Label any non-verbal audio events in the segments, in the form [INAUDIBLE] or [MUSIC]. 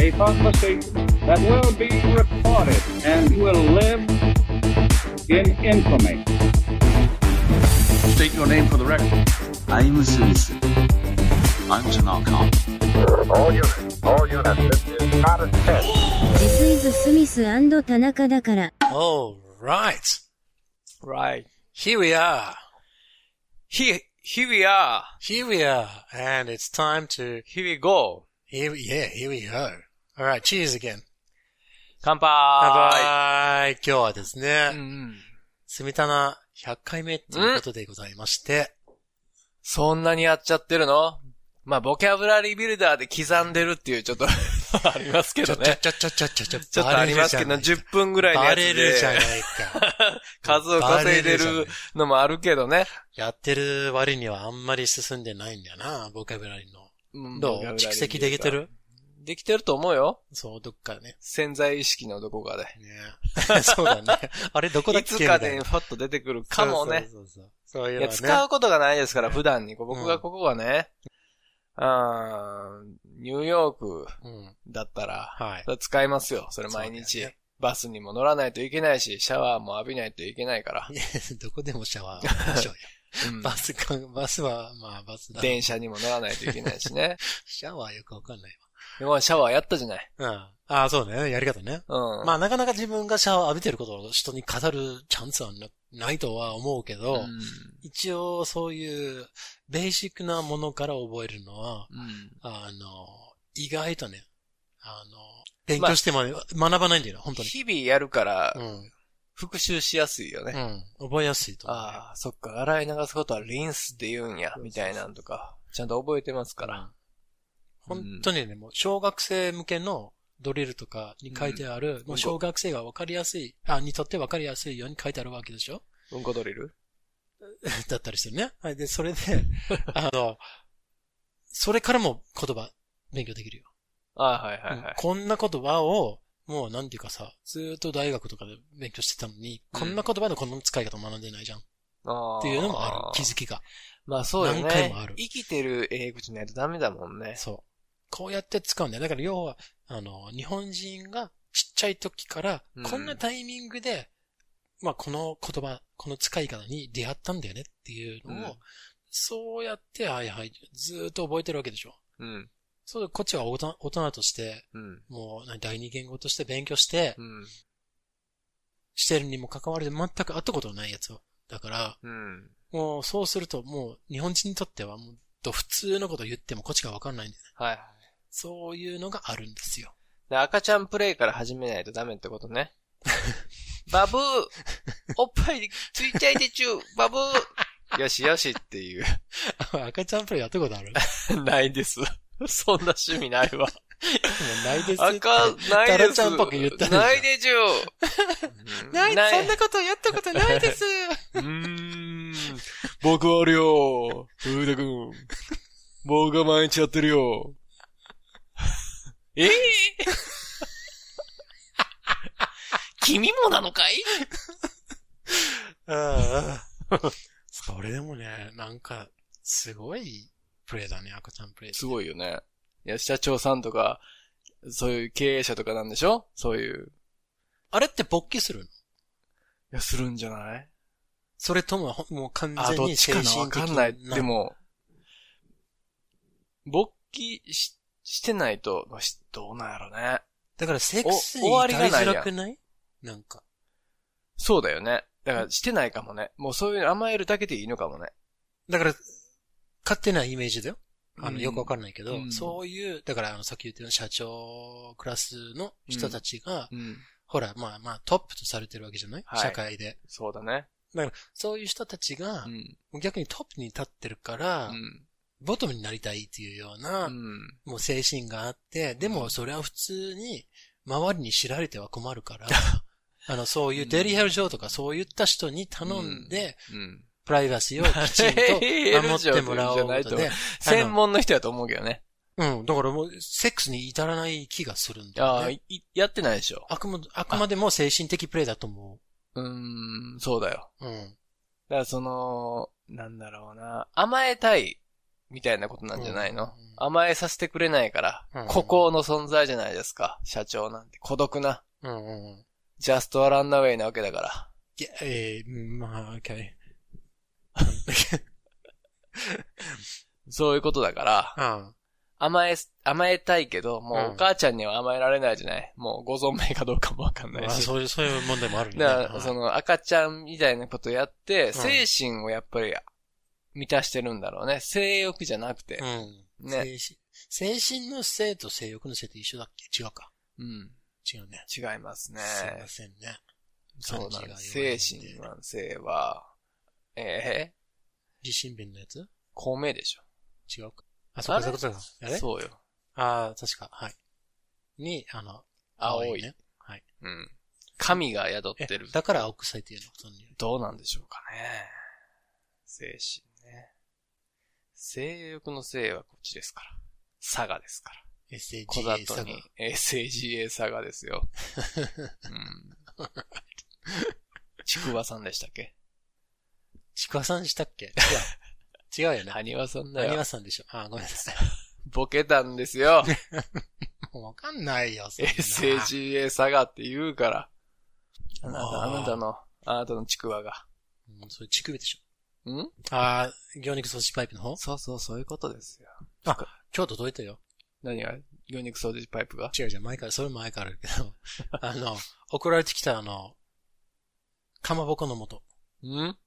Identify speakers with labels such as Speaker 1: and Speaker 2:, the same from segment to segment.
Speaker 1: a conversation that will be recorded and will live in infamy.
Speaker 2: State your name for the record.
Speaker 3: I'm a citizen. I was an archon.
Speaker 4: All units, all units, this is not a test.
Speaker 5: This is スミス田中だから。
Speaker 6: All right.
Speaker 7: Right.
Speaker 6: Here we are.
Speaker 7: Here, here we are.
Speaker 6: Here we are. And it's time to,
Speaker 7: Here we go.
Speaker 6: here, we- yeah, here we go. All right. Cheers again.
Speaker 7: 乾杯。
Speaker 6: はい。今日はですね、
Speaker 7: うん
Speaker 6: すみたな100回目ということでございまして、
Speaker 7: そんなにやっちゃってるのまあ、ボキャブラリービルダーで刻んでるっていうちょっと、 [LAUGHS] ありますけ
Speaker 6: ち
Speaker 7: ど
Speaker 6: ょちょ
Speaker 7: ね。
Speaker 6: ちょちょちょちょちょ、
Speaker 7: ちょっとありますけど、10分ぐらいの
Speaker 6: バ
Speaker 7: やつ
Speaker 6: レ
Speaker 7: で。
Speaker 6: るじゃないか。
Speaker 7: 数を稼いでるのもあるけどね。
Speaker 6: やってる割にはあんまり進んでないんだよな、ボキャブラリーの。
Speaker 7: うん
Speaker 6: どう蓄積できてる
Speaker 7: できてると思うよ。
Speaker 6: そう、どっかね。
Speaker 7: 潜在意識のどこかで。
Speaker 6: ね [LAUGHS] そうだね。あれ、どこだっ
Speaker 7: い
Speaker 6: け
Speaker 7: つか
Speaker 6: みたい
Speaker 7: で
Speaker 6: な
Speaker 7: ファッと出てくるかもね。
Speaker 6: そうそうそうそう。そういう
Speaker 7: い
Speaker 6: の
Speaker 7: や
Speaker 6: はね。
Speaker 7: 使うことがないですから、普段に。僕
Speaker 6: う
Speaker 7: が
Speaker 6: ん
Speaker 7: ここはね、あーニューヨーク
Speaker 6: うん。
Speaker 7: だったら、
Speaker 6: はい。 [LAUGHS]
Speaker 7: それ使いますよ、それ毎
Speaker 6: そう
Speaker 7: 日。
Speaker 6: だよね
Speaker 7: バスにも乗らないといけないし、シャワーも浴びないといけないから
Speaker 6: い。やどこでもシャワーをしようよ
Speaker 7: うん
Speaker 6: バスか、バスは、まあ、バスだ。
Speaker 7: 電車にも乗らないといけないしね。 [LAUGHS]
Speaker 6: シャワーよくわかんない
Speaker 7: でもシャワーやったじゃない。
Speaker 6: わ。うん。ああ、そうね。やり方ね。
Speaker 7: うん。
Speaker 6: まあ、なかなか自分がシャワー浴びてることを人に語るチャンスはなないとは思うけど、
Speaker 7: うん
Speaker 6: 一応そういうベーシックなものから覚えるのは、
Speaker 7: うん
Speaker 6: あの、意外とね、あの、勉強しても学ばないんだよな、本当に。
Speaker 7: 日々やるから
Speaker 6: う、ん。
Speaker 7: 復習しやすいよね。
Speaker 6: うん。覚えやすいと思うね。
Speaker 7: ああ、そっか、洗い流すことはリンスって言うんや、みたいなんとか、ちゃんと覚えてますから。
Speaker 6: 本当にね、もう小学生向けのドリルとかに書いてある、もう小学生がわかりやすい、あ、にとってわかりやすいように書いてあるわけでしょ
Speaker 7: うんこドリル
Speaker 6: だったりするね。はい。で、それ [LAUGHS] で、あの、それからも言葉勉強できるよ。
Speaker 7: ああ、はいはいはい。
Speaker 6: こんな言葉を、もうなんていうかさ、ずーっと大学とかで勉強してたのに、
Speaker 7: うん
Speaker 6: こんな言葉のこの使い方学んでないじゃん。っていうのもある。気づきが。
Speaker 7: まあそうよね。
Speaker 6: 何回もある
Speaker 7: 生きてる英語じゃないとダメだもんね。
Speaker 6: そう。こうやって使うんだよ。だから要は、あの、日本人がちっちゃい時から
Speaker 7: うん、
Speaker 6: こんなタイミングで、まあ、この言葉、この使い方に出会ったんだよねっていうのを、
Speaker 7: うん
Speaker 6: そうやって、はいはい、ずーっと覚えてるわけでしょ。
Speaker 7: うん。
Speaker 6: そう、こっちは大人大人として、
Speaker 7: うん。
Speaker 6: もう何、第二言語として勉強して、
Speaker 7: うん。
Speaker 6: してるにも関わらず全く会ったことのないやつを。だから、
Speaker 7: うん。
Speaker 6: もうそうするともう日本人にとってはもうど普通のこと言ってもこっちがわかんないんだよね。
Speaker 7: はいはい。
Speaker 6: そういうのがあるんですよ。
Speaker 7: で赤ちゃんプレイから始めないとダメってことね。 [LAUGHS] バブーおっぱいについちゃいでちゅうバブーよしよしっていう。
Speaker 6: [LAUGHS] 赤ちゃんプレイやったことある [LAUGHS] も
Speaker 7: [LAUGHS] ないです。 [LAUGHS] そんな趣味ない [LAUGHS] わ。
Speaker 6: うないです
Speaker 7: あかん、ないです。
Speaker 6: タラちゃんっぽく言ったでしょ
Speaker 7: ないでちゅう [LAUGHS] ない
Speaker 6: ことやったことな
Speaker 7: [LAUGHS]
Speaker 6: いです。
Speaker 7: うーん。僕はあるよ。ふうたくん。僕が毎日やってるよ。ええ君もなのかい
Speaker 6: それでもね、なんか、すごいプレイだね、赤ちゃんプレイ。
Speaker 7: すごいよね。いや、社長さんとか、そういう経営者とかなんでしょそういう。い
Speaker 6: あれって勃起するの
Speaker 7: や、するんじゃない
Speaker 6: それとも、ほもう完
Speaker 7: あ、
Speaker 6: 全
Speaker 7: どっ
Speaker 6: に
Speaker 7: ち
Speaker 6: 精
Speaker 7: か
Speaker 6: 神
Speaker 7: な
Speaker 6: 的
Speaker 7: わかんない。で、も、勃起ししてないと、しどうなんやろね。
Speaker 6: だからセックスに
Speaker 7: お終わりがない
Speaker 6: 至
Speaker 7: やん
Speaker 6: りづらくないなんか。
Speaker 7: そうだよね。だから、してないかもね。もうそういうの甘えるだけでいいのかもね。
Speaker 6: だから、勝手なイメージだよ。あ
Speaker 7: う
Speaker 6: の、
Speaker 7: ん
Speaker 6: よくわかんないけど、
Speaker 7: うん
Speaker 6: そういう、だから、あの、さっき言ってた社長クラスの人たちが、
Speaker 7: うん。
Speaker 6: ほら、まあまあ、トップとされてるわけじゃない、
Speaker 7: はい
Speaker 6: 社会で。
Speaker 7: そうだね。
Speaker 6: そういう人たちが、
Speaker 7: うん。
Speaker 6: 逆にトップに立ってるから、
Speaker 7: うん。
Speaker 6: ボトムになりたいっていうような、
Speaker 7: うん。
Speaker 6: もう精神があって、でも、それは普通に、周りに知られては困
Speaker 7: [LAUGHS]
Speaker 6: るから、あの、そういうデリヘル嬢とかそういった人に頼んで、
Speaker 7: うん。
Speaker 6: プライバシーをきち
Speaker 7: [LAUGHS]
Speaker 6: んと守ってもらおうことで、
Speaker 7: 専門の人やと思うけどね。
Speaker 6: うん、だからもう、セックスに至らない気がするんだ
Speaker 7: あ
Speaker 6: よ
Speaker 7: あ、
Speaker 6: ね。
Speaker 7: いやってないでしょ。
Speaker 6: あくまあくまでも精神的プレイだと思
Speaker 7: うーん、そうだよ。
Speaker 6: う。うん。
Speaker 7: だからその、なんだろうな、甘えたい、みたいなことなんじゃないの、
Speaker 6: うん
Speaker 7: 甘えさせてくれないから
Speaker 6: うん、
Speaker 7: 孤高の存在じゃないですか、社長なんて。孤独な。
Speaker 6: うんうんうん。
Speaker 7: ジャストアランナウェイなわけだから。
Speaker 6: Yeah, eh, mm, uh, okay.
Speaker 7: そういうことだから、
Speaker 6: うん。 [LAUGHS]
Speaker 7: 甘え、甘えたいけど、も
Speaker 6: う
Speaker 7: う
Speaker 6: ん
Speaker 7: お母ちゃんには甘えられないじゃないもうご存命かどうかもわかんない
Speaker 6: まあ
Speaker 7: し。
Speaker 6: そういう、そういう問題もあるよね。
Speaker 7: だか
Speaker 6: は
Speaker 7: ら、
Speaker 6: い
Speaker 7: その赤ちゃんみたいなことやって、精神をやっぱり満たしてるんだろうね。性欲じゃなくて
Speaker 6: う。ん。
Speaker 7: ね。
Speaker 6: 精神、精神の性と性欲の性って一緒だっけ違うか。
Speaker 7: うん。
Speaker 6: 違うね。
Speaker 7: 違いますね。
Speaker 6: すいませんね。
Speaker 7: そうなん
Speaker 6: 感
Speaker 7: です。
Speaker 6: じが弱いん
Speaker 7: 精
Speaker 6: で
Speaker 7: 神の性は、ええ
Speaker 6: 地震弁のやつ
Speaker 7: 米でしょ。
Speaker 6: 違うか。あ、そう
Speaker 7: あれ
Speaker 6: か、そういうことか。あれ
Speaker 7: そうよ。
Speaker 6: ああ、確か、はい。に、あの、
Speaker 7: 青い。
Speaker 6: ね。はい。
Speaker 7: うん。神が宿
Speaker 6: え
Speaker 7: ってる。
Speaker 6: だから青臭いっていうのことに。
Speaker 7: どうなんでしょうかね。精神ね。性欲の性はこっちですから。佐賀ですから。
Speaker 6: SAGA
Speaker 7: 小里
Speaker 6: 佐
Speaker 7: に
Speaker 6: 賀。
Speaker 7: SAGA 佐賀です
Speaker 6: [LAUGHS]
Speaker 7: よ。うん。ちくわさんでしたっけ
Speaker 6: ちくわさんしたっけ違う。違うよね。
Speaker 7: はにわさんだ
Speaker 6: [LAUGHS] 何
Speaker 7: よ
Speaker 6: は。さんでしょ。あー、ごめんなさい。
Speaker 7: ボケたんですよ。
Speaker 6: もうわかんないよ、そんな
Speaker 7: SAGA 佐賀って言うから。あなた、
Speaker 6: あ
Speaker 7: あ
Speaker 6: ー
Speaker 7: なたの、あなたのちくわが。
Speaker 6: うんそれ乳首でしょ。
Speaker 7: ん
Speaker 6: あー、魚肉組織パイプの方
Speaker 7: そうそう、そういうことですよ。
Speaker 6: 今日届いたよ。
Speaker 7: 何が魚肉掃除パイプが
Speaker 6: 違う違う、前から、それも前からある
Speaker 7: [LAUGHS]
Speaker 6: けど、あの、送られてきたあの、かまぼこの素
Speaker 7: ん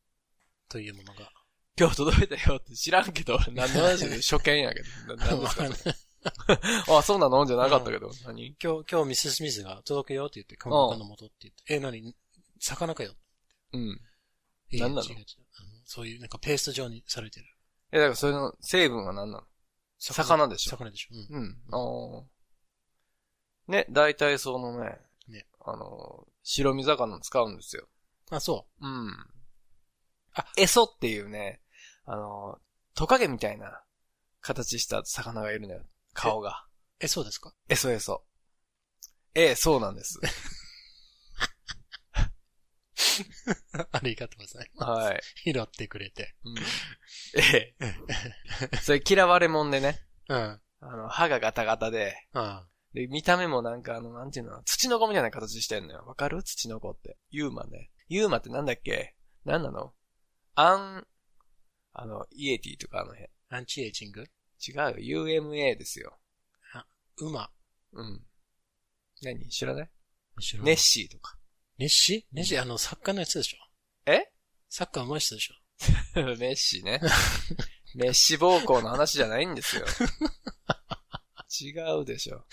Speaker 6: というものが。
Speaker 7: 今日届いたよって知らんけど、何の話で初見やけど。な何ですか
Speaker 6: [LAUGHS] わかんない
Speaker 7: あ、そうなのじゃなかったけど。何
Speaker 6: 今日、今日ミス・スミスが届けようって言って、かまぼこの素って言って、え、何魚かよ。
Speaker 7: うん。
Speaker 6: え
Speaker 7: 何なの
Speaker 6: 違う違うあのそういう、なんかペースト状にされてる。
Speaker 7: え、だからそれの成分は何なの魚でしょ
Speaker 6: 魚でしょ。うん。
Speaker 7: うん。ああ。ね、大体そのね、
Speaker 6: ね
Speaker 7: あの、白身魚使うんですよ。
Speaker 6: あ、そ
Speaker 7: うん。あ、エソっていうね、あの、トカゲみたいな形した魚がいるのよ。顔が。
Speaker 6: う。え、そうですか [LAUGHS]
Speaker 7: エソエソ。ええ、そうなん [LAUGHS] です。
Speaker 6: ありがとうございます。
Speaker 7: はい。
Speaker 6: 拾ってくれて。
Speaker 7: うんええ。それ嫌われもんでね。
Speaker 6: うん。うん。
Speaker 7: あの、歯がガタガタで、
Speaker 6: あ
Speaker 7: で、見た目もなんかあの、なんていうの、土の子みたいな形してんのよ。わかる土の子って。ユーマね。ユーマってなんだっけなんなのアン、あの、イエティとかあの辺。
Speaker 6: アンチエイジング
Speaker 7: 違うよ。UMA ですよ。
Speaker 6: 馬。
Speaker 7: うん。何知らない
Speaker 6: 後ろ
Speaker 7: ネッシーとか。
Speaker 6: ネッシネッシあの、サッカーのやつでしょ。
Speaker 7: え
Speaker 6: サッカー上手い人でしょ。
Speaker 7: [LAUGHS] ネッシーね。 [LAUGHS] メッシ暴行の話じゃないんです [LAUGHS] よ。違うでしょ。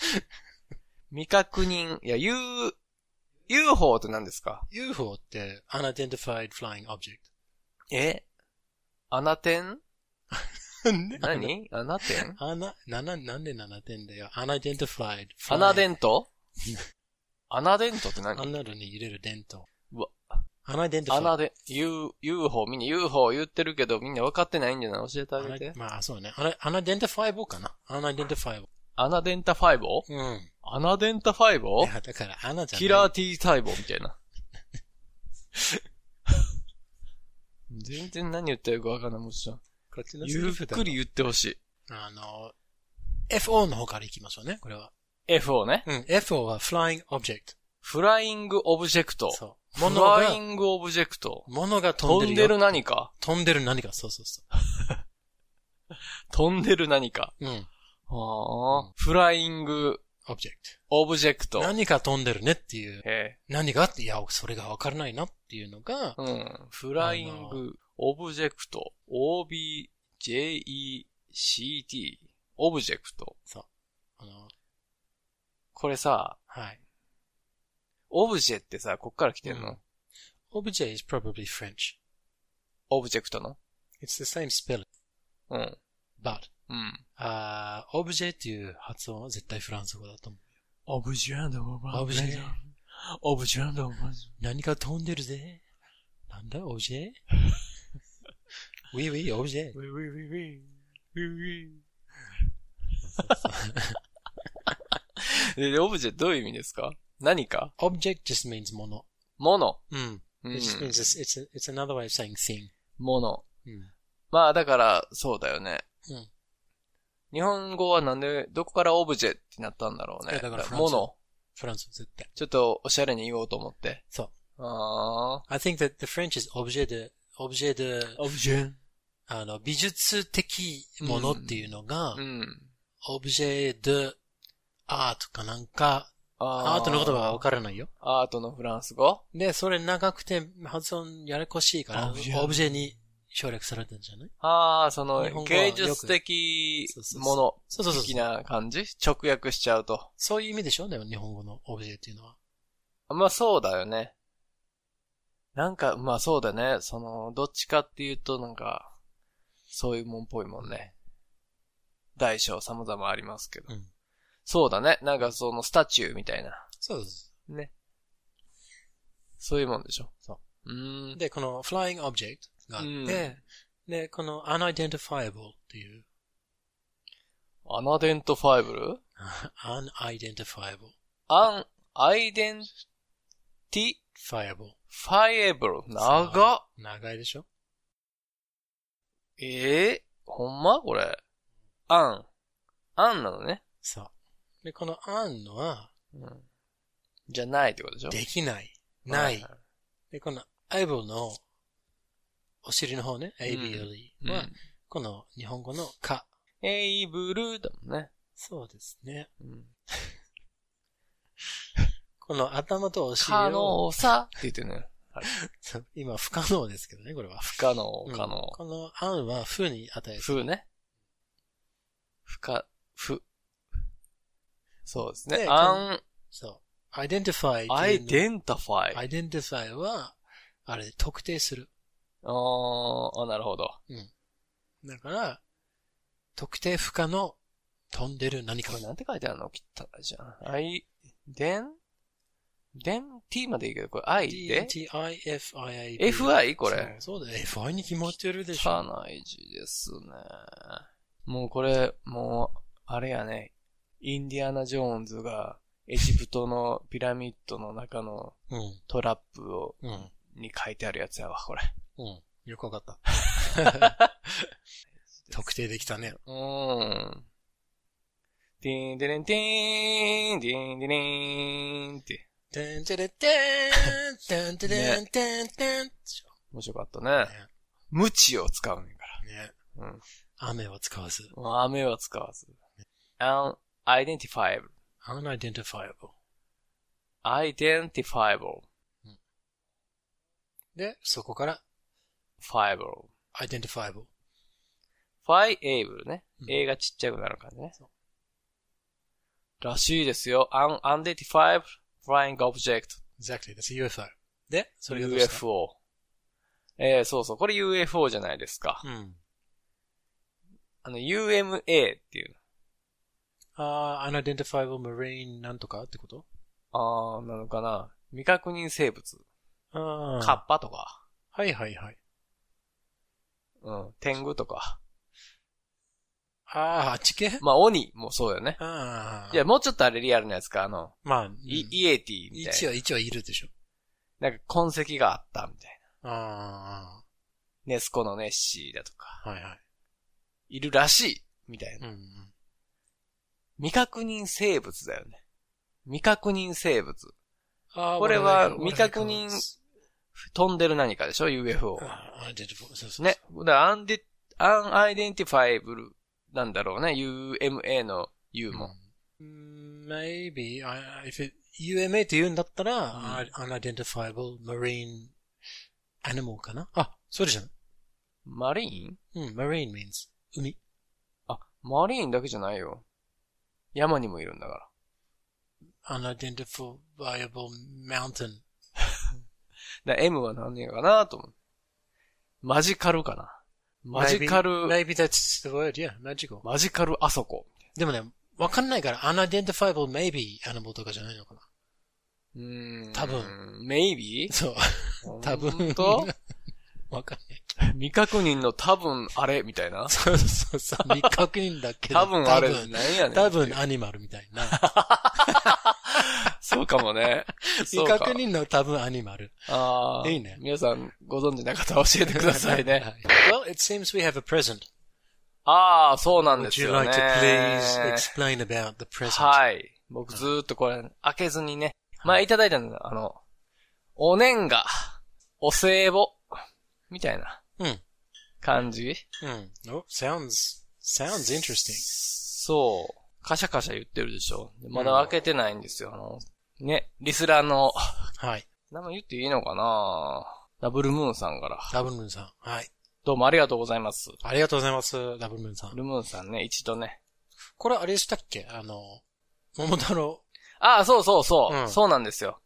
Speaker 7: 未確認。いや、U、UFO って何ですか
Speaker 6: UFO って、unidentified flying object。
Speaker 7: えアナテン [LAUGHS]
Speaker 6: 何
Speaker 7: 何アナテン
Speaker 6: アナ、なな、なんで7点だよ。unidentified
Speaker 7: アナデ
Speaker 6: ン
Speaker 7: ント [LAUGHS] アナデントって
Speaker 6: ア
Speaker 7: 何
Speaker 6: ナルに入れる伝統。
Speaker 7: うわ。ア
Speaker 6: unidentified
Speaker 7: ナ。デン、U、UFO、みんな UFO 言ってるけど、みんな分かってないんじゃない教えてあげて
Speaker 6: Ana-。まあ、そうね。unidentifiable かな。unidentifiable。
Speaker 7: アナデンタ 5?
Speaker 6: うん。
Speaker 7: アナデンタ 5?
Speaker 6: いやだから、アナじゃない。
Speaker 7: キラー T 細胞みたい [LAUGHS] な。全然何言ってるか分かんない、もちろん。
Speaker 6: こっちのセ
Speaker 7: ゆ
Speaker 6: リ
Speaker 7: っ
Speaker 6: フだ
Speaker 7: くり言ってほし
Speaker 6: あの、FO の方から行きましょうね、これは。
Speaker 7: い。FO ね。
Speaker 6: うん。FO は flying object。
Speaker 7: フライングオブジェクト。
Speaker 6: そう。
Speaker 7: フ
Speaker 6: 物
Speaker 7: ライ
Speaker 6: が、
Speaker 7: ングオブジェクト。
Speaker 6: 物が飛
Speaker 7: 飛
Speaker 6: ん
Speaker 7: んで
Speaker 6: でる
Speaker 7: る
Speaker 6: よ。
Speaker 7: 何か。
Speaker 6: 飛んでる何か。そうそうそ
Speaker 7: 飛んでる何か。
Speaker 6: う。うん。
Speaker 7: はあ。フライング
Speaker 6: object。
Speaker 7: オブジェクト。
Speaker 6: 何か飛んでるねっていう。
Speaker 7: ええ。
Speaker 6: 何がって、いや、それがわからないなっていうのが、
Speaker 7: うん。フライングオブジェクト。OBJECT。オブジェクト。
Speaker 6: あの、
Speaker 7: これさ、
Speaker 6: はい。
Speaker 7: オブジェってさ、こっから来てんの、
Speaker 6: うん objet is probably French.
Speaker 7: オブジェクトの
Speaker 6: It's the same spelling,
Speaker 7: うん。
Speaker 6: but,
Speaker 7: うん。
Speaker 6: あー objet っていう発音は絶対フランス語だと思う。
Speaker 7: オブジェンドオ
Speaker 6: オブジェ。
Speaker 7: オブジェンドオブ
Speaker 6: 何か飛んでるぜ。なんだ
Speaker 7: [LAUGHS]
Speaker 6: ?objet? oui, oui,
Speaker 7: ウ
Speaker 6: objet.
Speaker 7: ィウィウィウィ。ウィウィ。で、オブジェどういう意味ですか何か
Speaker 6: object just means もの。
Speaker 7: もの。
Speaker 6: うん。
Speaker 7: う
Speaker 6: It
Speaker 7: ん。
Speaker 6: just means it's, it's, a- it's another way of saying thing.
Speaker 7: もの。
Speaker 6: うん。
Speaker 7: まあだから、そうだよね。
Speaker 6: うん
Speaker 7: 日本語はなんで、どこからオブジェってなったんだろう
Speaker 6: い
Speaker 7: ね。
Speaker 6: やだからフランス
Speaker 7: もの。
Speaker 6: フランス絶対。
Speaker 7: ちょっとおしゃれに言おうと思って。。
Speaker 6: そう
Speaker 7: あ
Speaker 6: I think that the French is objet de, objet de,
Speaker 7: ー。オブジェ。
Speaker 6: あの、美術的ものっていうのが、
Speaker 7: うん。
Speaker 6: objet de art かなんか、
Speaker 7: あ
Speaker 6: アートの言葉がわ
Speaker 7: る。
Speaker 6: からないよ。
Speaker 7: アートのフランス語
Speaker 6: で、それ長くて発音ややこしいから、オブジ
Speaker 7: objet
Speaker 6: ェに省略されてんじゃない
Speaker 7: ああ、そ
Speaker 6: 日
Speaker 7: の
Speaker 6: 本語はよ
Speaker 7: 芸
Speaker 6: く
Speaker 7: 術的
Speaker 6: そうそうそう
Speaker 7: もの
Speaker 6: そうそうそう
Speaker 7: 的な感じ直訳しちゃうと。
Speaker 6: そういう意味でしょでも日本語のオブジェっていうのは。
Speaker 7: まあそうだよね。なんか、まあそうだね。その、どっちかっていうとなんか、そういうもんっぽいもんね。大小様々ありますけど。
Speaker 6: うん
Speaker 7: そうだね。なんかそのスタチューみたいな。
Speaker 6: そうです。
Speaker 7: そういうもんでしょ。。
Speaker 6: そう
Speaker 7: うーん。
Speaker 6: で、この flying object があって、
Speaker 7: うん
Speaker 6: で、この unidentifiable っていう、 [LAUGHS]
Speaker 7: アナデントファイブル
Speaker 6: unidentifiable,
Speaker 7: アン、アイデンティ
Speaker 6: fiable.
Speaker 7: ファイエブル。長っ。
Speaker 6: 長いでしょ
Speaker 7: ええほんまこれ。アン。アンなのね。
Speaker 6: そう。で、この un のは、
Speaker 7: うん。じゃないってことでしょ
Speaker 6: できない。
Speaker 7: は
Speaker 6: ないい。で、この able のお尻の方ね、able
Speaker 7: はい
Speaker 6: は、この日本語のか。
Speaker 7: うん。エイブルだもんね。
Speaker 6: そうですね。
Speaker 7: うん。
Speaker 6: この頭とお尻
Speaker 7: 可
Speaker 6: を、
Speaker 7: 能さって言ってね。
Speaker 6: そう今不可能ですけどね、これは。
Speaker 7: 不可能、可
Speaker 6: うん
Speaker 7: 能。
Speaker 6: この un は不に値す
Speaker 7: ふ
Speaker 6: る。
Speaker 7: ね。不可、不。そうですね
Speaker 6: で。
Speaker 7: アン、
Speaker 6: そう。identify
Speaker 7: ア
Speaker 6: って
Speaker 7: イ
Speaker 6: いう
Speaker 7: デンタファイ。
Speaker 6: の。identify は、あれ、特定する。
Speaker 7: あーあ、なるほど。
Speaker 6: だから、特定不可の飛んでる何か
Speaker 7: こ。れなんて書いてあるの切ったらじゃん。アイ、デン、デン、t までいいけど、これ i で
Speaker 6: T-I-F-I-I。
Speaker 7: ?fi これ。
Speaker 6: そうそうだよ。fi に決まってるでしょ。
Speaker 7: 汚い字ですね。もうこれ、もう、あれやね。インディアナ・ジョーンズが、エジプトのピラミッドの中の
Speaker 6: うん。
Speaker 7: トラップを、
Speaker 6: うん。
Speaker 7: に書いてあるやつやわ、これ。
Speaker 6: うん。よくわかった。
Speaker 7: [LAUGHS]
Speaker 6: 特定できたね。
Speaker 7: うーん。ディーンディレンティーン、ディーンディレーンって。
Speaker 6: てんてれてん、てんてれん、てんてん。ね。
Speaker 7: 面白かったね。無知を使うんやから。
Speaker 6: ね。
Speaker 7: うん。
Speaker 6: 雨は使わず。
Speaker 7: もう雨は使わず。unidentifiable.
Speaker 6: unidentifiable.
Speaker 7: identifiable.
Speaker 6: で、そこから
Speaker 7: fiable.
Speaker 6: identifiable.
Speaker 7: ファイエイブルね
Speaker 6: う。ん
Speaker 7: 映画ちっちゃくなる感じね。らしいですよ。Un- unidentified flying object.
Speaker 6: exactly. That's a UFO. で、それがどうした
Speaker 7: UFO。えー、そうそう。これ UFO じゃないですか。
Speaker 6: うん。
Speaker 7: あの、UMA っていう。
Speaker 6: あー unidentifiable marine なんとかってこと
Speaker 7: あー、なのかな。未確認生物。
Speaker 6: あー
Speaker 7: カッパとか。
Speaker 6: はいはいはい。
Speaker 7: うん。天狗とか。
Speaker 6: あーあっち系
Speaker 7: まあ、鬼もそうよね。
Speaker 6: ああ。
Speaker 7: いや、、もうちょっとあれリアルなやつか。あの、
Speaker 6: まあ、うん
Speaker 7: イイエティみた
Speaker 6: 一
Speaker 7: い
Speaker 6: 応、一応いるでしょ。
Speaker 7: な。なんか痕跡があったみたい
Speaker 6: あ
Speaker 7: な。ネスコのネッシーだとか。
Speaker 6: あ、はいはい。
Speaker 7: いるらしいみたいな。
Speaker 6: うんうん。
Speaker 7: 未確認生物だよね。未確認生物。
Speaker 6: あ
Speaker 7: これは未確認飛んでる何かでしょ ?UFO は。
Speaker 6: ああ、デッドフォー、そうそうそう。
Speaker 7: ね。だアンデ、アンアイデンティファイブルなんだろうね。UMA の U も。
Speaker 6: うん。maybe, I, if it, UMA って言うんだったら、
Speaker 7: うん
Speaker 6: un- unidentifiable marine animal かなあ、それじゃん。
Speaker 7: マリン
Speaker 6: うん、marine means 海。
Speaker 7: あ、マリンだけじゃないよ。山にもいるんだから。
Speaker 6: unidentifiable mountain.
Speaker 7: だから M は何やかなと思う。マジカルかな。マジカル、
Speaker 6: Maybe, maybe that's the word, yeah, magical.
Speaker 7: マジカルあそこ。
Speaker 6: でもね、わかんないから、unidentifiable maybe animal とかじゃないのかな。
Speaker 7: うーん。
Speaker 6: 多分。
Speaker 7: Maybe?
Speaker 6: そう。 [LAUGHS] 多分
Speaker 7: と
Speaker 6: わかんない。
Speaker 7: 未確認の多分あれみたいな。
Speaker 6: そうそうそう。未確認だけど。
Speaker 7: 多分あれ、
Speaker 6: 多
Speaker 7: なん
Speaker 6: 分
Speaker 7: やねん。
Speaker 6: 多分アニマルみたいな。
Speaker 7: [LAUGHS] そうかもね。
Speaker 6: [LAUGHS] 未確認の多分アニマル。
Speaker 7: ああ。
Speaker 6: いいね
Speaker 7: 皆さん、ご存知な方は教えてくださいね。
Speaker 6: [LAUGHS] はい well, it seems we have a present.
Speaker 7: ああ、そうなんで
Speaker 6: Would
Speaker 7: す
Speaker 6: you
Speaker 7: よね。
Speaker 6: like to please explain about the present?
Speaker 7: はい。僕ずーっとこれ、開けずにね。前いただいたのが、あの、お年賀、お歳暮、みたいな
Speaker 6: うん。
Speaker 7: 感じ。
Speaker 6: うん。Oh, sounds, sounds interesting.
Speaker 7: そう。カシャカシャ言ってるでしょ。でまだ開けてないんですよ。あの、ね、リスラーの、
Speaker 6: はい。
Speaker 7: 名前言っていいのかなダブルムーンさんから。
Speaker 6: ダブルムーンさん。はい。
Speaker 7: どうもありがとうございます。
Speaker 6: ありがとうございます、ダブルムーンさ
Speaker 7: ダ
Speaker 6: ん
Speaker 7: ブ。ルムーンさんね、一度ね。
Speaker 6: これあれでしたっけあの、桃太郎。
Speaker 7: ああ、そうそうそう。
Speaker 6: うん
Speaker 7: そうなんですよ。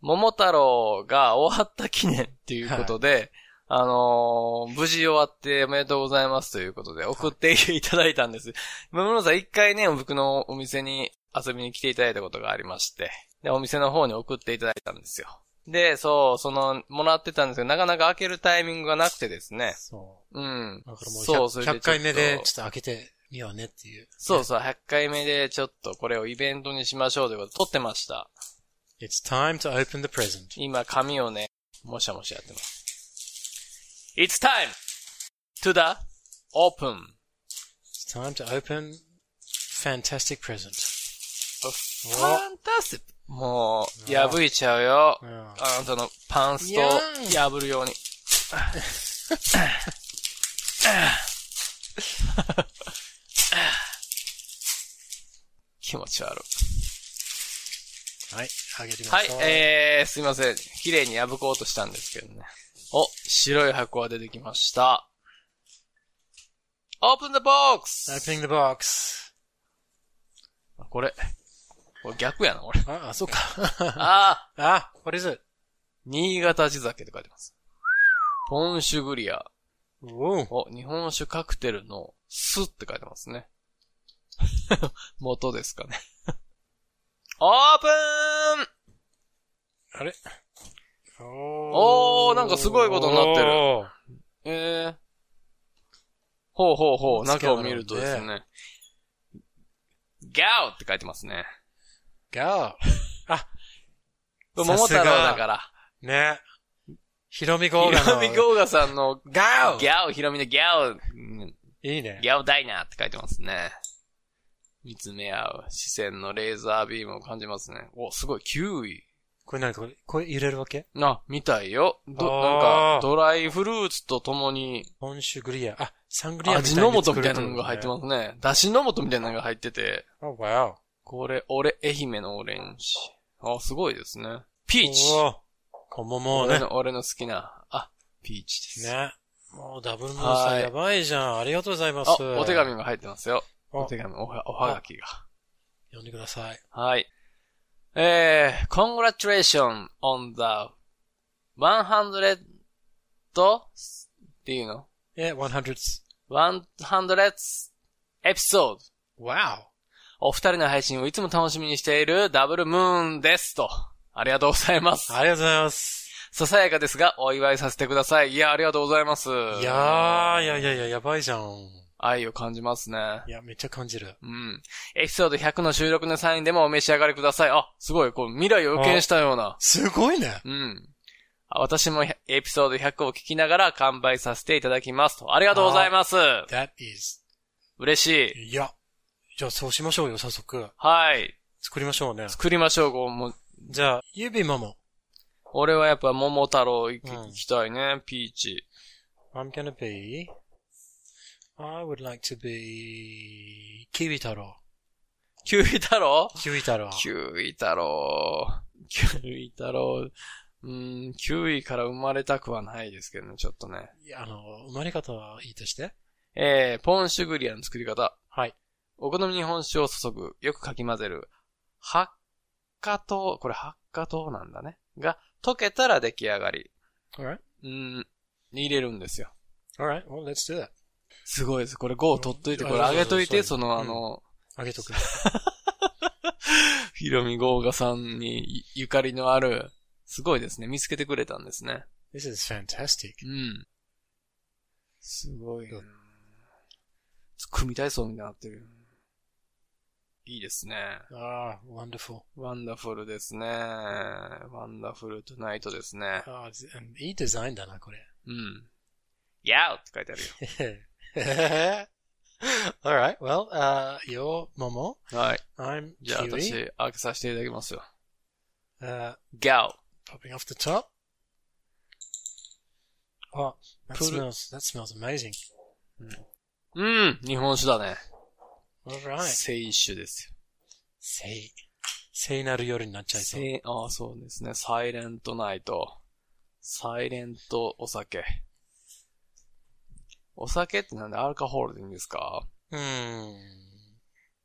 Speaker 7: 桃太郎が終わった記念っていうことで、あのー無事終わっておめでとうございますということで送っていただいたんです。今村さん一回ね、僕のお店に遊びに来ていただいたことがありまして、で、お店の方に送っていただいたんですよ。で、そう、その、もらってたんですけど、なかなか開けるタイミングがなくてですね。
Speaker 6: そ
Speaker 7: うん
Speaker 6: う。。だからもう
Speaker 7: そう
Speaker 6: 100,
Speaker 7: それでちょっと
Speaker 6: 回目で、ちょっと開けてみようねっていう。
Speaker 7: そうそう、100回目でちょっとこれをイベントにしましょうということで撮ってました。
Speaker 6: It's time to open the present.
Speaker 7: 今、紙をね、もしゃもしゃやってます。It's time to the open
Speaker 6: It's time to open fantastic present.
Speaker 7: fantastic. もう、破いちゃうよ。
Speaker 6: うん
Speaker 7: あなたのパンス
Speaker 6: い
Speaker 7: ト
Speaker 6: や
Speaker 7: 破る
Speaker 6: [LAUGHS]
Speaker 7: ように。 [LAUGHS] 気持ち悪い。
Speaker 6: はい。開けてみま
Speaker 7: はい
Speaker 6: しょう。、
Speaker 7: えー、すいません。綺麗に破こうとしたんですけどね。お、白い箱が出てきました。Open the box!
Speaker 6: Opening the box.
Speaker 7: これ、これ逆やな、これ。
Speaker 6: あ、あ、そう [LAUGHS] か。
Speaker 7: ああ
Speaker 6: あ、what is it?
Speaker 7: 新潟地酒って書いてます。ポンシュグリア。
Speaker 6: お
Speaker 7: お、日本酒カクテルの酢って書いてますね。 [LAUGHS] 元ですかね。オープン
Speaker 6: あれ
Speaker 7: おーなんかすごいことになってる
Speaker 6: おー
Speaker 7: ええほうほうほう、
Speaker 6: つけ
Speaker 7: 中
Speaker 6: ながら
Speaker 7: を見るとですね。ギャオって書いてますね。
Speaker 6: が、
Speaker 7: これ
Speaker 6: さ
Speaker 7: 桃
Speaker 6: す
Speaker 7: 太
Speaker 6: が
Speaker 7: 郎だから。
Speaker 6: ね。ひろみ
Speaker 7: ひ
Speaker 6: ゴーガ
Speaker 7: ろ
Speaker 6: の。
Speaker 7: みゴーガさんの
Speaker 6: ガオ
Speaker 7: ギャオ、ひろみのギャオ、うん
Speaker 6: いいね。
Speaker 7: ギャオダイナーって書いてますね。見つめ合う視線のレーザービームを感じますね。お、すごい、9位。
Speaker 6: これ何これ、これ入れるわけ
Speaker 7: あ、みたいよ。ど、なん
Speaker 6: あ
Speaker 7: か、
Speaker 6: ー
Speaker 7: ドライフルーツと共に、
Speaker 6: ポンシュグリア。あ、サングリアみたい
Speaker 7: 味
Speaker 6: に
Speaker 7: の素みたいなのが入って
Speaker 6: す。
Speaker 7: ますね。だしの素みたいなのが入ってて、
Speaker 6: あ、わ
Speaker 7: これ、俺、愛媛のオレンジ。あ、すごいですね。ピ
Speaker 6: お。
Speaker 7: ーチ。
Speaker 6: おーこももう
Speaker 7: 俺
Speaker 6: ね。
Speaker 7: の、俺の好きな、あ、ピーチです。
Speaker 6: ね。もうダブルモンさ
Speaker 7: は
Speaker 6: ん
Speaker 7: い
Speaker 6: やばいじゃん。ありがとうございます
Speaker 7: あ。、お手紙が入ってますよ。
Speaker 6: お
Speaker 7: お手紙、おは、おはがきが。
Speaker 6: 読んでください。
Speaker 7: はい。えー、congratulations on the 100っていうの
Speaker 6: え、100th。
Speaker 7: ?100th episode.
Speaker 6: わ
Speaker 7: お二人の配信をいつも楽しみにしているダブルムーンですと。ありがとうございます
Speaker 6: お。ありがとうございます。
Speaker 7: ささやかですが、お祝いさせてください。いや、ありがとうございます。い
Speaker 6: いやー、いやいやいや、やばいじゃん。
Speaker 7: 愛を感じますね
Speaker 6: い。や、めっちゃ感じる。
Speaker 7: うん。エピソード100の収録のサインでもお召し上がりください。あ、すごい、こう、未来を予見したような。
Speaker 6: すごいね。
Speaker 7: うん。あ私もエピソード100を聞きながら完売させていただきますと。ありがとうございます。
Speaker 6: That is.
Speaker 7: 嬉しい。
Speaker 6: いや。じゃあそうしましょうよ、早速。
Speaker 7: はい。
Speaker 6: 作りましょうね。
Speaker 7: 作りましょう、こうもう
Speaker 6: じゃあ、指マも。
Speaker 7: 俺はやっぱ桃太郎行き,、
Speaker 6: うん
Speaker 7: 行きたいね、ピーチ。
Speaker 6: I'm gonna be, I would like to be, キウイ太郎。
Speaker 7: キュウイ太郎
Speaker 6: キウイ太郎。
Speaker 7: キュウイ太郎。キュウイ太郎。うーん、キュウイから生まれたくはないですけどね、ちょっとね。
Speaker 6: いやあの、生まれ方はいいとして。
Speaker 7: えー、ポンシュグリアの作り方。
Speaker 6: はい。
Speaker 7: お好みに本酒を注ぐ。よくかき混ぜる。発火糖、これ発火糖なんだね。が、溶けたら出来上がり。
Speaker 6: Alright.
Speaker 7: うーん、入れるんですよ。
Speaker 6: Alright. Well, let's do that.
Speaker 7: すごいです。これ5を取っといて、
Speaker 6: うん
Speaker 7: これ上げとい
Speaker 6: あ
Speaker 7: て、そ
Speaker 6: そ
Speaker 7: う
Speaker 6: そうそう
Speaker 7: のあの、
Speaker 6: あげとく。
Speaker 7: ひろみごうがさんにゆゆかりのある、すごいですね。見つけてくれたんですね。
Speaker 6: This is fantastic.
Speaker 7: うん。すごいな
Speaker 6: う
Speaker 7: 組体操みたいになってる。いいですね。
Speaker 6: ああ、wonderful. Ah,
Speaker 7: ワンダフルですね。ワンダフルトゥナイトですね。
Speaker 6: ああ、ずいいデザインだな、これ。
Speaker 7: うん。やーって書いてあるよ。
Speaker 6: [LAUGHS] へへへへ Alright, well, uh, you're Momo.
Speaker 7: はい。
Speaker 6: I'm
Speaker 7: じゃあ
Speaker 6: Kiwi.
Speaker 7: 私、開けさせていただきますよ。
Speaker 6: Uh,
Speaker 7: Gal.
Speaker 6: popping off the top. Oh, that
Speaker 7: Put it-
Speaker 6: smells, that smells amazing.
Speaker 7: うん、日本酒だね。
Speaker 6: Alright.
Speaker 7: 清酒ですよ。
Speaker 6: 聖、聖なる夜になっちゃいそう。
Speaker 7: 聖ああ、そうですね。サイレントナイト。サイレントお酒。お酒ってなんでアルカホールでいいんですか
Speaker 6: Hmm.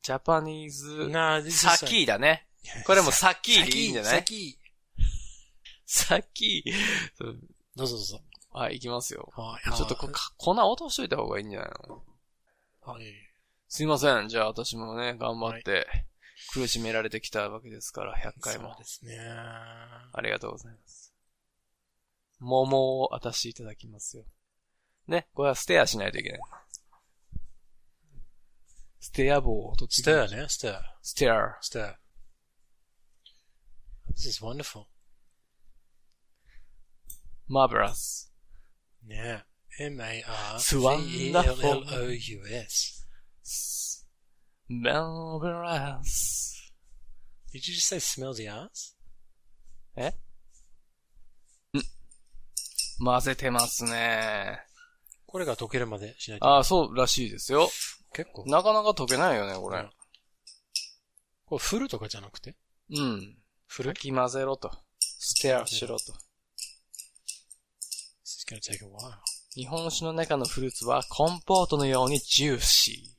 Speaker 7: ジャパニーズ、
Speaker 6: No, this is
Speaker 7: サ
Speaker 6: like-
Speaker 7: キーだね。
Speaker 6: [LAUGHS]
Speaker 7: これもサキーでいいんじゃない
Speaker 6: 先
Speaker 7: サキー。そう
Speaker 6: どうぞどうぞ。
Speaker 7: はい、いきますよ。
Speaker 6: はい
Speaker 7: ちょっとこ、か粉落としといた方がいいんじゃないの
Speaker 6: はい。
Speaker 7: すいません。じゃあ私もね、頑張って、苦しめられてきたわけですから、100回
Speaker 6: そう
Speaker 7: も。
Speaker 6: ですね。
Speaker 7: ありがとうございます。桃を私いただきますよ。ね、これはステアしないといけない。ステア棒を取って
Speaker 6: ス
Speaker 7: き
Speaker 6: タ
Speaker 7: まし
Speaker 6: ー
Speaker 7: た。
Speaker 6: ね、スター。
Speaker 7: ステア。
Speaker 6: スター。This is wonderful.
Speaker 7: マーベラス。
Speaker 6: ね M-A-R.
Speaker 7: It's wonderful.
Speaker 6: L-O-U-S.
Speaker 7: マーベラス。
Speaker 6: Did you just say smell the ass?
Speaker 7: 混ぜてますね。
Speaker 6: これが溶けるまでしないと。
Speaker 7: ああ、そうらしいですよ。
Speaker 6: 結構。
Speaker 7: なかなか溶けないよね、これ。
Speaker 6: これ振るとかじゃなくて
Speaker 7: うん。
Speaker 6: 振る
Speaker 7: かき混ぜろと。ステアしろと。
Speaker 6: This is gonna take a while.
Speaker 7: 日本酒の中のフルーツはコンポートのようにジューシ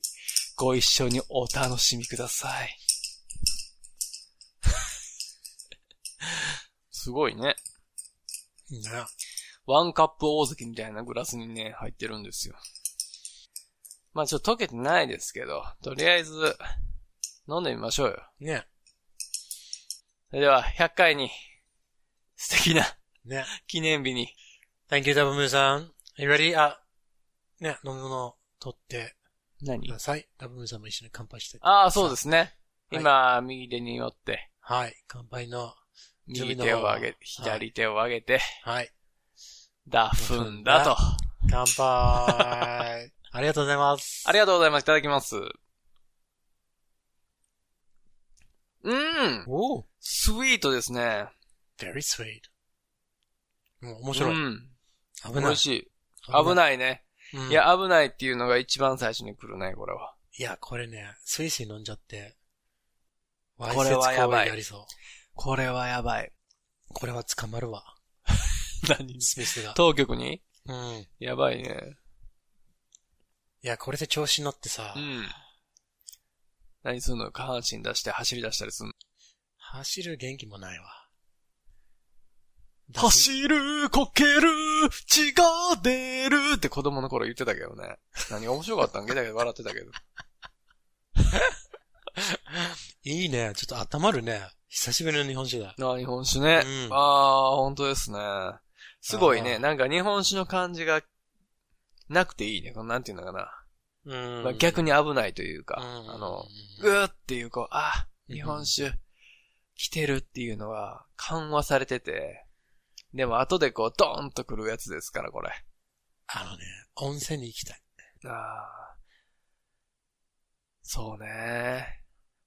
Speaker 7: ー。ご一緒にお楽しみください。すごいね。
Speaker 6: ね
Speaker 7: ワンカップ大関みたいなグラスにね、入ってるんですよ。まあちょっと溶けてないですけど、とりあえず、飲んでみましょうよ。
Speaker 6: ね
Speaker 7: それでは、100回に、素敵な
Speaker 6: ね
Speaker 7: 記念日に、
Speaker 6: Thank you, Double Moon さん。Are you ready? あ、ね、飲み物を取ってく
Speaker 7: 何
Speaker 6: ださい。ダブルムーンさんも一緒に乾杯して。
Speaker 7: ああ、そうですね。
Speaker 6: はい
Speaker 7: 今、右手に寄って、
Speaker 6: はい。乾杯の。
Speaker 7: 右手を上げ、左手を上げて、
Speaker 6: はい。
Speaker 7: だ、ふんだと。[LAUGHS]
Speaker 6: 乾杯。ありがとうございます。
Speaker 7: ありがとうございます。いただきます。うん
Speaker 6: おお。
Speaker 7: スイートですね。
Speaker 6: very sweet. もう面
Speaker 7: 面
Speaker 6: 白い。
Speaker 7: うん。
Speaker 6: 危
Speaker 7: 美
Speaker 6: ない
Speaker 7: 味。しい。危
Speaker 6: い。
Speaker 7: ないね。
Speaker 6: うん
Speaker 7: い、や、危ないっていうのが一番最初に来るね、これは。
Speaker 6: いや、これね、スイスイ飲んじゃって、わ
Speaker 7: これはやばい
Speaker 6: やりそう。
Speaker 7: これはやばい。
Speaker 6: これは捕まるわ。
Speaker 7: 何
Speaker 6: スミスが。
Speaker 7: 当局に
Speaker 6: うん。い
Speaker 7: やばいね。
Speaker 6: や、これで調子に乗ってさ、
Speaker 7: うん。何すんの下半身出して走り出したりすんの
Speaker 6: 走る元気もな
Speaker 7: [LAUGHS]
Speaker 6: いわ。
Speaker 7: る、こける、血が出るって子供の頃言ってたけどね。何が面白かったんゲタゲタ笑ってたけ [LAUGHS] ど。
Speaker 6: いいね。ちょっと温まるね。久しぶりの日本酒だ。
Speaker 7: なあ、日本酒ね。
Speaker 6: うん
Speaker 7: ああ、本当ですね。すごい
Speaker 6: あ
Speaker 7: ね。
Speaker 6: ー
Speaker 7: なんか日本酒の感じがなくていいね。このなんていうのかな。
Speaker 6: うん
Speaker 7: まあ、逆に危ないというか、
Speaker 6: うん
Speaker 7: あの、ぐーっていうこう、あ、日本酒来てるっていうのは緩和されてて、でも後でこう、ドーンと来るやつですから、これ。
Speaker 6: あのね、温泉に行きたい。
Speaker 7: ああ。そうね。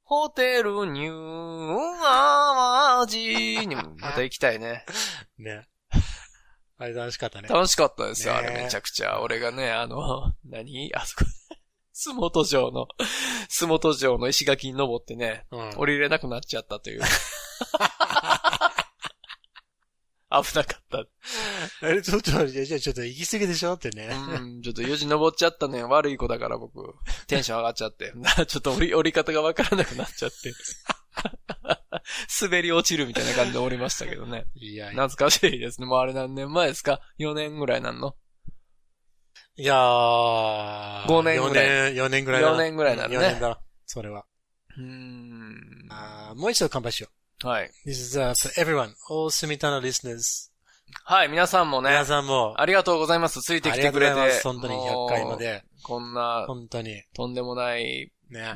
Speaker 7: ホテルニューアワジにもまた行きたいね。
Speaker 6: ね。
Speaker 7: [LAUGHS]
Speaker 6: あれ楽しかったね。
Speaker 7: 楽しかったですよ、
Speaker 6: ね
Speaker 7: あれめちゃくちゃ。俺がね、あの、何あそこ、 [LAUGHS] 洲本城の、洲本城の石垣に登ってね、
Speaker 6: うん
Speaker 7: 降りれなくなっちゃったと
Speaker 6: [LAUGHS]
Speaker 7: いう。危なかった。
Speaker 6: あれ、ちょっと、いやいやちょっと行き過ぎでしょってね。
Speaker 7: うん、ちょっと4時登っちゃったね。悪い子だから僕。テンション上がっちゃって。 [LAUGHS] なちょっと降り、降り方がわからなくなっちゃって。 [LAUGHS] 滑り落ちるみたいな感じで降りましたけどね。
Speaker 6: いやいや。
Speaker 7: 懐かしいですね。もうあれ何年前ですか ?4 年ぐらいなんの
Speaker 6: いやー。
Speaker 7: 五年ぐら
Speaker 6: い。4年ぐらいだな。
Speaker 7: 四年ぐらいだね
Speaker 6: 4年だな。それは。
Speaker 7: うーん。
Speaker 6: あーもう一度乾杯しよ
Speaker 7: はい。
Speaker 6: う。This is、uh, for everyone, all Sumitono listeners.
Speaker 7: はい、皆さんもね
Speaker 6: 皆、さんも、
Speaker 7: ありがとうございます。ついて
Speaker 6: あ
Speaker 7: き
Speaker 6: り
Speaker 7: て
Speaker 6: がと
Speaker 7: く
Speaker 6: うご
Speaker 7: れ
Speaker 6: ざいま
Speaker 7: て
Speaker 6: す。。本当に100回ま
Speaker 7: も
Speaker 6: で。
Speaker 7: う。こんな、
Speaker 6: 本当に。
Speaker 7: とんでもない、
Speaker 6: ね。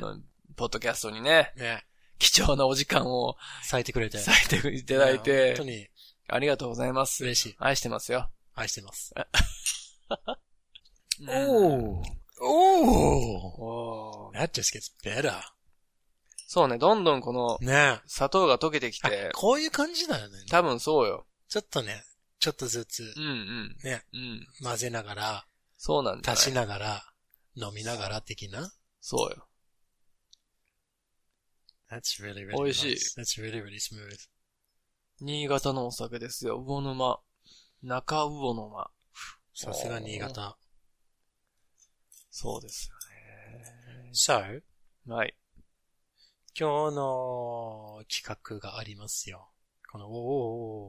Speaker 7: ポッドキャストにね、
Speaker 6: ね。
Speaker 7: 貴重なお時間を
Speaker 6: 咲いてくれて。
Speaker 7: 割いていただい
Speaker 6: ね本
Speaker 7: て、
Speaker 6: 当に
Speaker 7: ありがとうございます。
Speaker 6: 嬉しい。
Speaker 7: 愛してますよ。
Speaker 6: 愛してます。
Speaker 7: お
Speaker 6: おおお
Speaker 7: おー
Speaker 6: That just gets better.
Speaker 7: そうね、どんどんこの
Speaker 6: ね
Speaker 7: 砂糖が溶けてき
Speaker 6: あ
Speaker 7: て、
Speaker 6: こういう感じだよね。
Speaker 7: 多分そうよ。
Speaker 6: ちょっとね、ちょっとずつ
Speaker 7: うんうん。
Speaker 6: ね。
Speaker 7: うん。
Speaker 6: 混ぜながら、
Speaker 7: そうなんだ、ね。
Speaker 6: 足しながら、飲みながら的な。
Speaker 7: そうよ。
Speaker 6: That's really, really
Speaker 7: 美味しい
Speaker 6: nice. That's really, really smooth.
Speaker 7: 新潟のお酒ですよ。魚沼。中魚沼。
Speaker 6: さすが新潟。
Speaker 7: そうですよ
Speaker 6: So,
Speaker 7: ね。はい。
Speaker 6: 今日の企画がありますよ。この、おーおー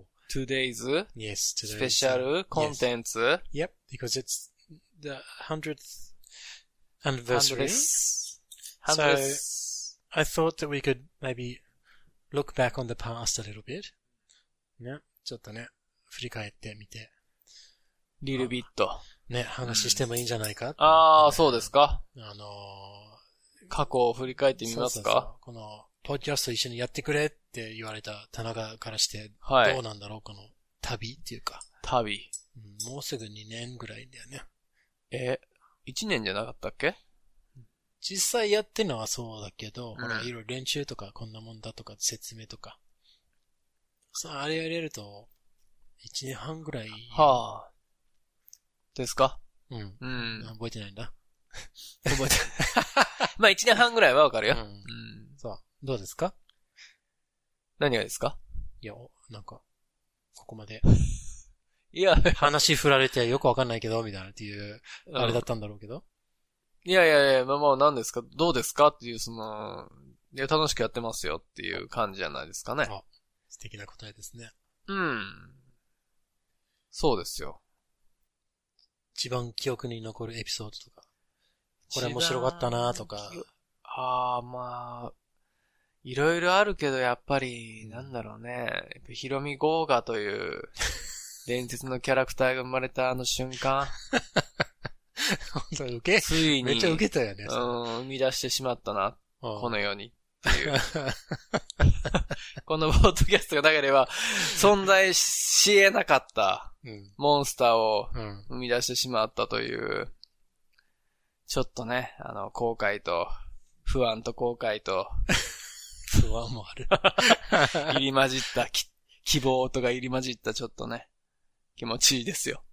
Speaker 6: おー
Speaker 7: Today's
Speaker 6: Yes, today. is-
Speaker 7: special contents
Speaker 6: Yes. Yep, because it's the 100th anniversary.
Speaker 7: 100th
Speaker 6: So-
Speaker 7: 100th
Speaker 6: I thought that we could maybe look back on the past a little bit. ね、ちょっとね、振り返ってみて、
Speaker 7: little bit.
Speaker 6: ね、話してもいいんじゃないか、
Speaker 7: ああ、そうですか。
Speaker 6: あのー
Speaker 7: 過去を振り返ってみます
Speaker 6: そうそうそ
Speaker 7: か
Speaker 6: うこの、ポッドキャスト一緒にやってくれって言われた田中からして、
Speaker 7: はい
Speaker 6: どうなんだろう、この旅っていうか、
Speaker 7: 旅。
Speaker 6: うんもうすぐ2年ぐらいだよね。
Speaker 7: え、一年じゃなかったっけ
Speaker 6: 実際やってるのはそうだけ
Speaker 7: う
Speaker 6: ど、
Speaker 7: ん
Speaker 6: ほら、いろいろ練習とかこんなもんだとか説明とか。さあ、あれやれると、1年半ぐらい、
Speaker 7: はあ。ですか
Speaker 6: うん。
Speaker 7: うん。
Speaker 6: 覚えてないんだ。
Speaker 7: 覚えてまあ一年半ぐらいはわかる
Speaker 6: [LAUGHS] う
Speaker 7: よ。
Speaker 6: ん
Speaker 7: う。ん。
Speaker 6: そう。どうですか
Speaker 7: 何がですか
Speaker 6: いや、おなんか、ここまで。
Speaker 7: いや、
Speaker 6: 話振られてよくわかんないけど、みたいなっていう、あれだ
Speaker 7: う
Speaker 6: ったんだろうけど。
Speaker 7: んいやいやいや、まあまあ何ですかどうですかっていう、その、いや、楽しくやってますよっていう感じじゃないですかね。
Speaker 6: あ素敵な答えですね。
Speaker 7: うん。そうですよ。
Speaker 6: 一番記憶に残るエピソードとか。 [LAUGHS] これ面白かったなとか。
Speaker 7: ああ、まあ、いろいろあるけど、やっぱり、なんだろうね。やっぱヒロミ・ゴーガという、伝説のキャラクターが生まれたあの瞬 [LAUGHS] 間、
Speaker 6: 本当に受
Speaker 7: つい
Speaker 6: け、
Speaker 7: に、
Speaker 6: めっちゃ受けたよね。
Speaker 7: うん、生み出してしまったな、
Speaker 6: うん
Speaker 7: この世に。っていう [LAUGHS] このポッドキャストがなければ、存在し得なかった
Speaker 6: うん。
Speaker 7: モンスターを
Speaker 6: うん。
Speaker 7: 生み出してしまったという、ちょっとね、あの、後悔と、不安と後悔と、
Speaker 6: 不安もある。 [LAUGHS]
Speaker 7: 入り混じったき、希望とか入り混じったちょっとね、気持ちいいですよ。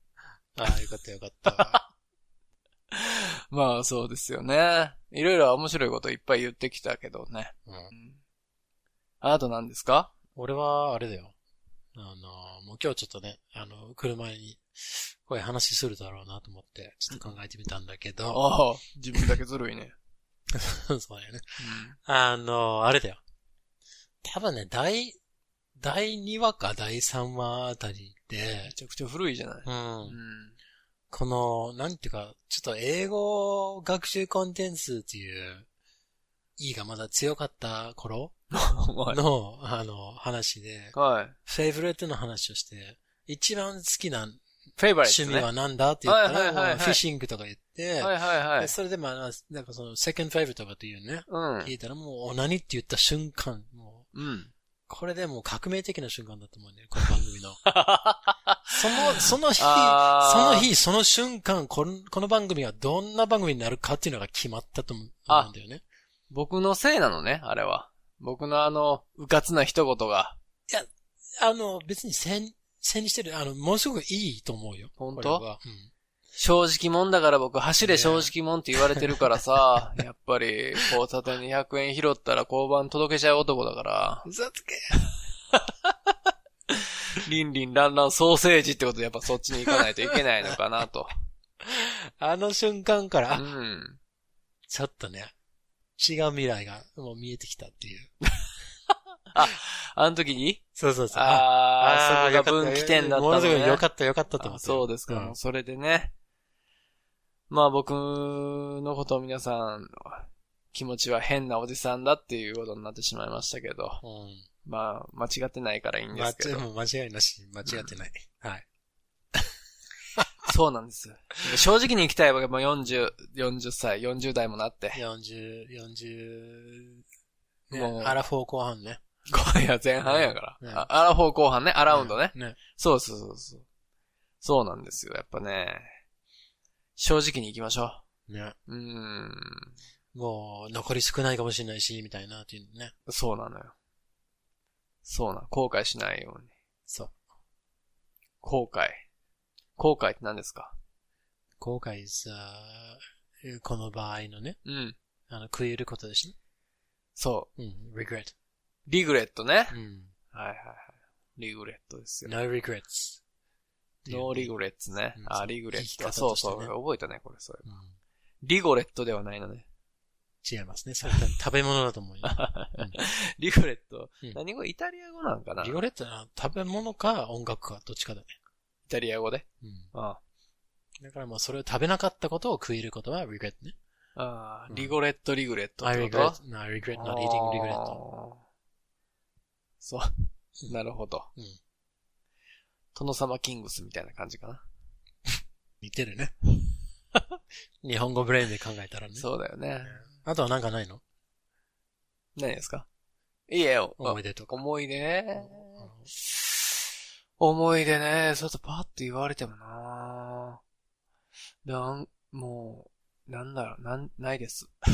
Speaker 6: ああ、よかったよかった。
Speaker 7: [LAUGHS] まあそうですよね。いろいろ面白いこといっぱい言ってきたけどね。
Speaker 6: うん
Speaker 7: うんあと何ですか
Speaker 6: 俺は、あれだよ。あの、もう今日ちょっとね、あの、来る前に、こういう話するだろうなと思って、ちょっと考えてみたんだけど、
Speaker 7: ああ、自分だけずるいね。
Speaker 6: [LAUGHS] そうだよね。あの、あれだよ。多分ね、第、第2話か第3話あたり
Speaker 7: め
Speaker 6: で、
Speaker 7: ちゃくちゃ古いじゃない。
Speaker 6: うん
Speaker 7: うん
Speaker 6: この、なんていうか、ちょっと英語学習コンテンツっていう、E がまだ強かった頃
Speaker 7: はい。
Speaker 6: の、あの、話で、
Speaker 7: はい。
Speaker 6: フェイブレットの話をして、一番好きな
Speaker 7: フェイバリット
Speaker 6: 趣味
Speaker 7: ね。は
Speaker 6: は何だって言っ
Speaker 7: は
Speaker 6: た
Speaker 7: いはいはいは
Speaker 6: ら、
Speaker 7: い
Speaker 6: フィッシングとか言って、
Speaker 7: いはいは
Speaker 6: で
Speaker 7: い。
Speaker 6: それでまあ、なんかその、セカンドフェイブレットとかっていうね、聞いたらもう、お何って言った瞬間、もう、
Speaker 7: うん。うん。
Speaker 6: これでもう革命的な瞬間だと思うんだよ、この番
Speaker 7: [LAUGHS]
Speaker 6: 組の。その、その日、そ
Speaker 7: あー
Speaker 6: の日、その瞬間、この、この番組がどんな番組になるかっていうのが決まったと思うんだよね。
Speaker 7: 僕のせいなのね、あれは。僕のあの、うかつな一言が。
Speaker 6: あの、別にせん、せんにしてる、あの、ものすごくいいと思うよ。
Speaker 7: 本
Speaker 6: こ
Speaker 7: 当
Speaker 6: れはうん。
Speaker 7: 正直もんだから僕、走れ正直もんって言われてるからさ、 [LAUGHS] やっぱり、交差点に100円拾ったら交番届けちゃう男だから、
Speaker 6: ふざつけ
Speaker 7: リンリンランランソーセージってことでやっぱそっちに行かないといけないのかな
Speaker 6: [LAUGHS]
Speaker 7: と。
Speaker 6: あの瞬間か
Speaker 7: う
Speaker 6: ら、あ
Speaker 7: ん。
Speaker 6: ちょっとね、違う未来がもう見えてきたっていう。
Speaker 7: あの時に
Speaker 6: そうそうそう。
Speaker 7: ああ、
Speaker 6: ー
Speaker 7: そこが分岐点だった
Speaker 6: も
Speaker 7: の
Speaker 6: のすごい
Speaker 7: ね。
Speaker 6: 良かった良かったと思
Speaker 7: あ
Speaker 6: って。
Speaker 7: そうですか、
Speaker 6: ん
Speaker 7: もうそれでね。まあ僕のことを皆さん、気持ちは変なおじさんだっていうことになってしまいましたけど、
Speaker 6: うん。
Speaker 7: まあ間違ってないからいいん
Speaker 6: ま
Speaker 7: で
Speaker 6: あ
Speaker 7: すけど。
Speaker 6: もう間違いなし、間違ってない。はい。
Speaker 7: そうなんですよ。正直に行きたいわけ、もう40、40歳、40代もなって。
Speaker 6: 40、40、ね
Speaker 7: もう
Speaker 6: アラフォー後半ね。
Speaker 7: いや、前半やから。
Speaker 6: うん
Speaker 7: あアラフォー後半ね、アラウンドね。
Speaker 6: ね。
Speaker 7: そうそうそうそう。そうなんですよ、やっぱね。正直に行きましょう。
Speaker 6: ね。
Speaker 7: うーん。
Speaker 6: もう、残り少ないかもしれないし、みたいな、っていうね。
Speaker 7: そうなのよ。そうなの。後悔しないように。
Speaker 6: そう。
Speaker 7: 後悔。後悔って何ですか
Speaker 6: 後悔さ、この場合のね、
Speaker 7: うん。
Speaker 6: あの、食い得ることですね。
Speaker 7: そ
Speaker 6: うん、regret.
Speaker 7: う。リグレットね。
Speaker 6: うん。
Speaker 7: はいはいはい。リグレットですよ。
Speaker 6: no regrets.
Speaker 7: ノーリグレッツね
Speaker 6: うん。そ
Speaker 7: あ、
Speaker 6: う
Speaker 7: リグレ
Speaker 6: 生き
Speaker 7: ッ
Speaker 6: 方
Speaker 7: ト。
Speaker 6: としてね
Speaker 7: そうそう。覚えたね、これ、それ。
Speaker 6: うん
Speaker 7: リゴレットではないのね。
Speaker 6: 違いますね。それ多分食べ物だと思
Speaker 7: [LAUGHS]
Speaker 6: うよ。
Speaker 7: リグレット
Speaker 6: うん。
Speaker 7: 何語イタリア語なんかな
Speaker 6: リゴレットな、食べ物か音楽か、どっちかだね。
Speaker 7: イタリア語で。
Speaker 6: うん。
Speaker 7: あ
Speaker 6: だからもうそれを食べなかったことを食えることは regret ね。
Speaker 7: あー。
Speaker 6: うん
Speaker 7: リゴレット、リグレットっ
Speaker 6: I
Speaker 7: てこと
Speaker 6: regret, no, I regret not eating regret.
Speaker 7: あーそう。なるほど。
Speaker 6: うん
Speaker 7: 殿様キングスみたいな感じかな。
Speaker 6: 似てるね。 [LAUGHS] 日本語ブレインで考えたらね。
Speaker 7: そうだよね。
Speaker 6: あとはなんかないの
Speaker 7: 何ですかいいえ、お
Speaker 6: 思い出とか。
Speaker 7: 思い出ね
Speaker 6: あの
Speaker 7: 思い出ね。そうとパッと言われてもななん、もう、なんだろう、なん、ないです。
Speaker 6: な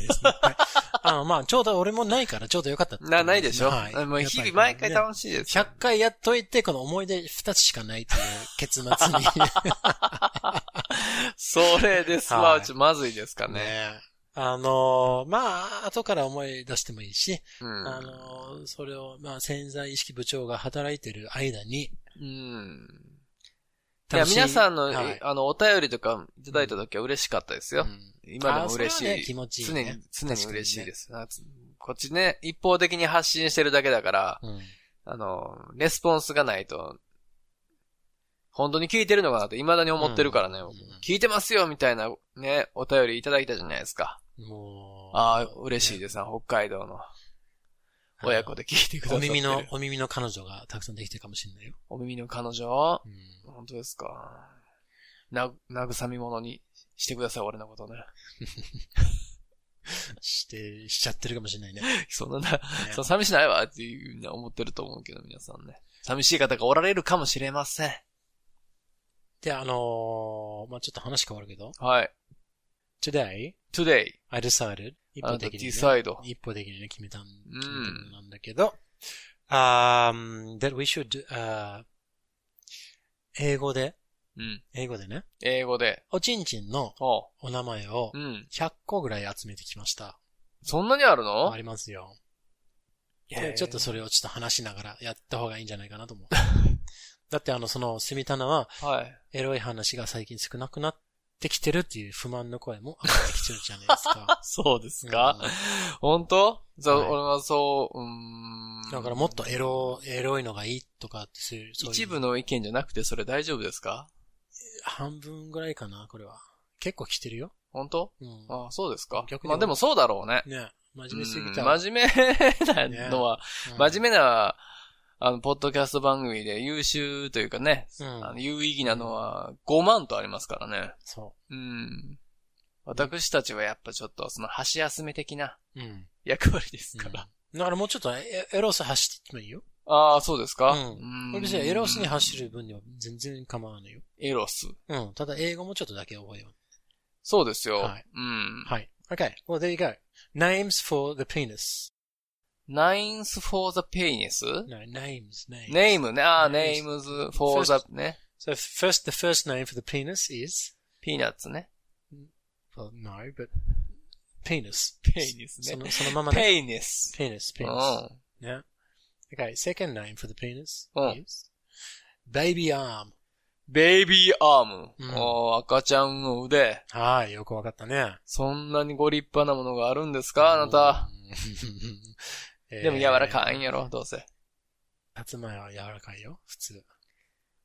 Speaker 6: いですね。はい [LAUGHS] あの、まあ、ちょうど俺もないからちょうどよかったってい
Speaker 7: [LAUGHS]
Speaker 6: う
Speaker 7: な、ないでしょ、
Speaker 6: はい。
Speaker 7: もう日々毎回
Speaker 6: やっぱ
Speaker 7: 楽しいです。
Speaker 6: りね100回やっといて、この思い出2つしかないという
Speaker 7: [LAUGHS]
Speaker 6: 結末に
Speaker 7: それです。
Speaker 6: はい
Speaker 7: まあ、ちょっとまずいですか
Speaker 6: [LAUGHS] ね
Speaker 7: ね。
Speaker 6: あのーまあ、後から思い出してもいいし、
Speaker 7: うん。
Speaker 6: あのーそれを、まあ、潜在意識部長が働いてる間に、
Speaker 7: うん。いや、
Speaker 6: 楽しい
Speaker 7: 皆さんの、
Speaker 6: はい
Speaker 7: あの、お便りとかいただいた時は嬉しかったですよ。
Speaker 6: うん
Speaker 7: 今でも嬉
Speaker 6: あーそ
Speaker 7: し。
Speaker 6: れはいね気持ちいい
Speaker 7: 常に
Speaker 6: ね、
Speaker 7: 常に嬉しいです、あこっちね、一方的に発信してるだけだから、
Speaker 6: うん
Speaker 7: あの、レスポンスがないと、本当に聞いてるのかなって未だに思ってるからね、
Speaker 6: うん
Speaker 7: 聞いてますよみたいなね、お便りいただいたじゃないですか。
Speaker 6: もう、
Speaker 7: ああ、嬉しいですな、北海道の
Speaker 6: あの
Speaker 7: 親子で聞いてくださ
Speaker 6: お
Speaker 7: ってる。
Speaker 6: 耳の、お耳の彼女がたくさんできてるかもしれないよ。
Speaker 7: お耳の彼女
Speaker 6: うん
Speaker 7: 本当ですか。な、慰み者にしてください、俺のことね。
Speaker 6: して、しちゃってるかもしれないね。
Speaker 7: そんな、そう寂しないわっていうふうに思ってると思うけど、皆さんね。寂しい方がおられるかもしれません。
Speaker 6: で、あのーまあちょっと話変わるけど、
Speaker 7: はい。
Speaker 6: today,
Speaker 7: today,
Speaker 6: I decided, 一
Speaker 7: あ
Speaker 6: 方
Speaker 7: なた
Speaker 6: 的に、ね、
Speaker 7: decide.
Speaker 6: 一方的にね、決めたん、
Speaker 7: うん
Speaker 6: 決めたんなんだけど、あー that we should, あー英語で、
Speaker 7: うん。
Speaker 6: 英語でね、
Speaker 7: 英語で。
Speaker 6: おちんちんの
Speaker 7: おう。
Speaker 6: お名前を
Speaker 7: うん。
Speaker 6: 100個ぐらい集めてきました。
Speaker 7: そんなにあるの
Speaker 6: ありますよ。
Speaker 7: へー
Speaker 6: でちょっとそれをちょっと話しながらやった方がいいんじゃないかな
Speaker 7: [LAUGHS]
Speaker 6: と思う。だってあの、その、住みたなは、
Speaker 7: はい。。
Speaker 6: エロい話が最近少なくなってきてるっていう不満の声も上がってきてるじゃないですか
Speaker 7: [LAUGHS] そうです
Speaker 6: うん
Speaker 7: 本当そう、
Speaker 6: はい
Speaker 7: 俺はそう、うーん。
Speaker 6: だからもっとエロ、エロいのがいいとかってそういう、そういう
Speaker 7: 一部の意見じゃなくて、それ大丈夫ですか
Speaker 6: 半分ぐらいかな、これは。結構来てるよ。
Speaker 7: 本当
Speaker 6: うん。
Speaker 7: あそうですか
Speaker 6: 逆に
Speaker 7: まあでもそうだろうね。
Speaker 6: ね真面目すぎた
Speaker 7: うん
Speaker 6: わ。
Speaker 7: 真面目なのは、
Speaker 6: うん
Speaker 7: 真面目な、あの、ポッドキャスト番組で優秀というかね、
Speaker 6: うん
Speaker 7: あの有意義なのは5万とありますからね。
Speaker 6: そ
Speaker 7: うん。私たちはやっぱちょっと、その、箸休め的な
Speaker 6: う。うん。
Speaker 7: 役割です
Speaker 6: う
Speaker 7: か
Speaker 6: ん
Speaker 7: ら。
Speaker 6: だからもうちょっとエエロス走ってもいいよ。
Speaker 7: ああ、そうですか
Speaker 6: うん
Speaker 7: う
Speaker 6: 俺別にエロスに走
Speaker 7: る。
Speaker 6: る分には全然構わないよ。
Speaker 7: エロス。
Speaker 6: うん。ただ英語もちょっとだけ覚えよ
Speaker 7: そうですよ。
Speaker 6: はい
Speaker 7: うん
Speaker 6: う。。はい。Okay. Well, there you go. Names for the penis.
Speaker 7: names for the penis?
Speaker 6: No, names, names.
Speaker 7: name ね。ああ、
Speaker 6: Names
Speaker 7: names for the,
Speaker 6: First-
Speaker 7: ね。
Speaker 6: So first, the first name for the penis is,
Speaker 7: ピーナッツね。
Speaker 6: well, no, but penis.
Speaker 7: Penis Oh. ね
Speaker 6: そのそのままね。
Speaker 7: penis.
Speaker 6: penis,
Speaker 7: う
Speaker 6: penis.
Speaker 7: ん。
Speaker 6: Yeah. Okay, second name for the penis
Speaker 7: Oh.
Speaker 6: is baby arm.
Speaker 7: ベイビーアーム。
Speaker 6: うん
Speaker 7: おー赤ちゃんの腕。
Speaker 6: はい、Ah, よくわかったね。
Speaker 7: そんなにご立派なものがあるんですかあなた。
Speaker 6: うん。
Speaker 7: [LAUGHS] でも柔らか
Speaker 6: い。
Speaker 7: いんやろどうせ。
Speaker 6: たつまいは柔らかいよ、普通。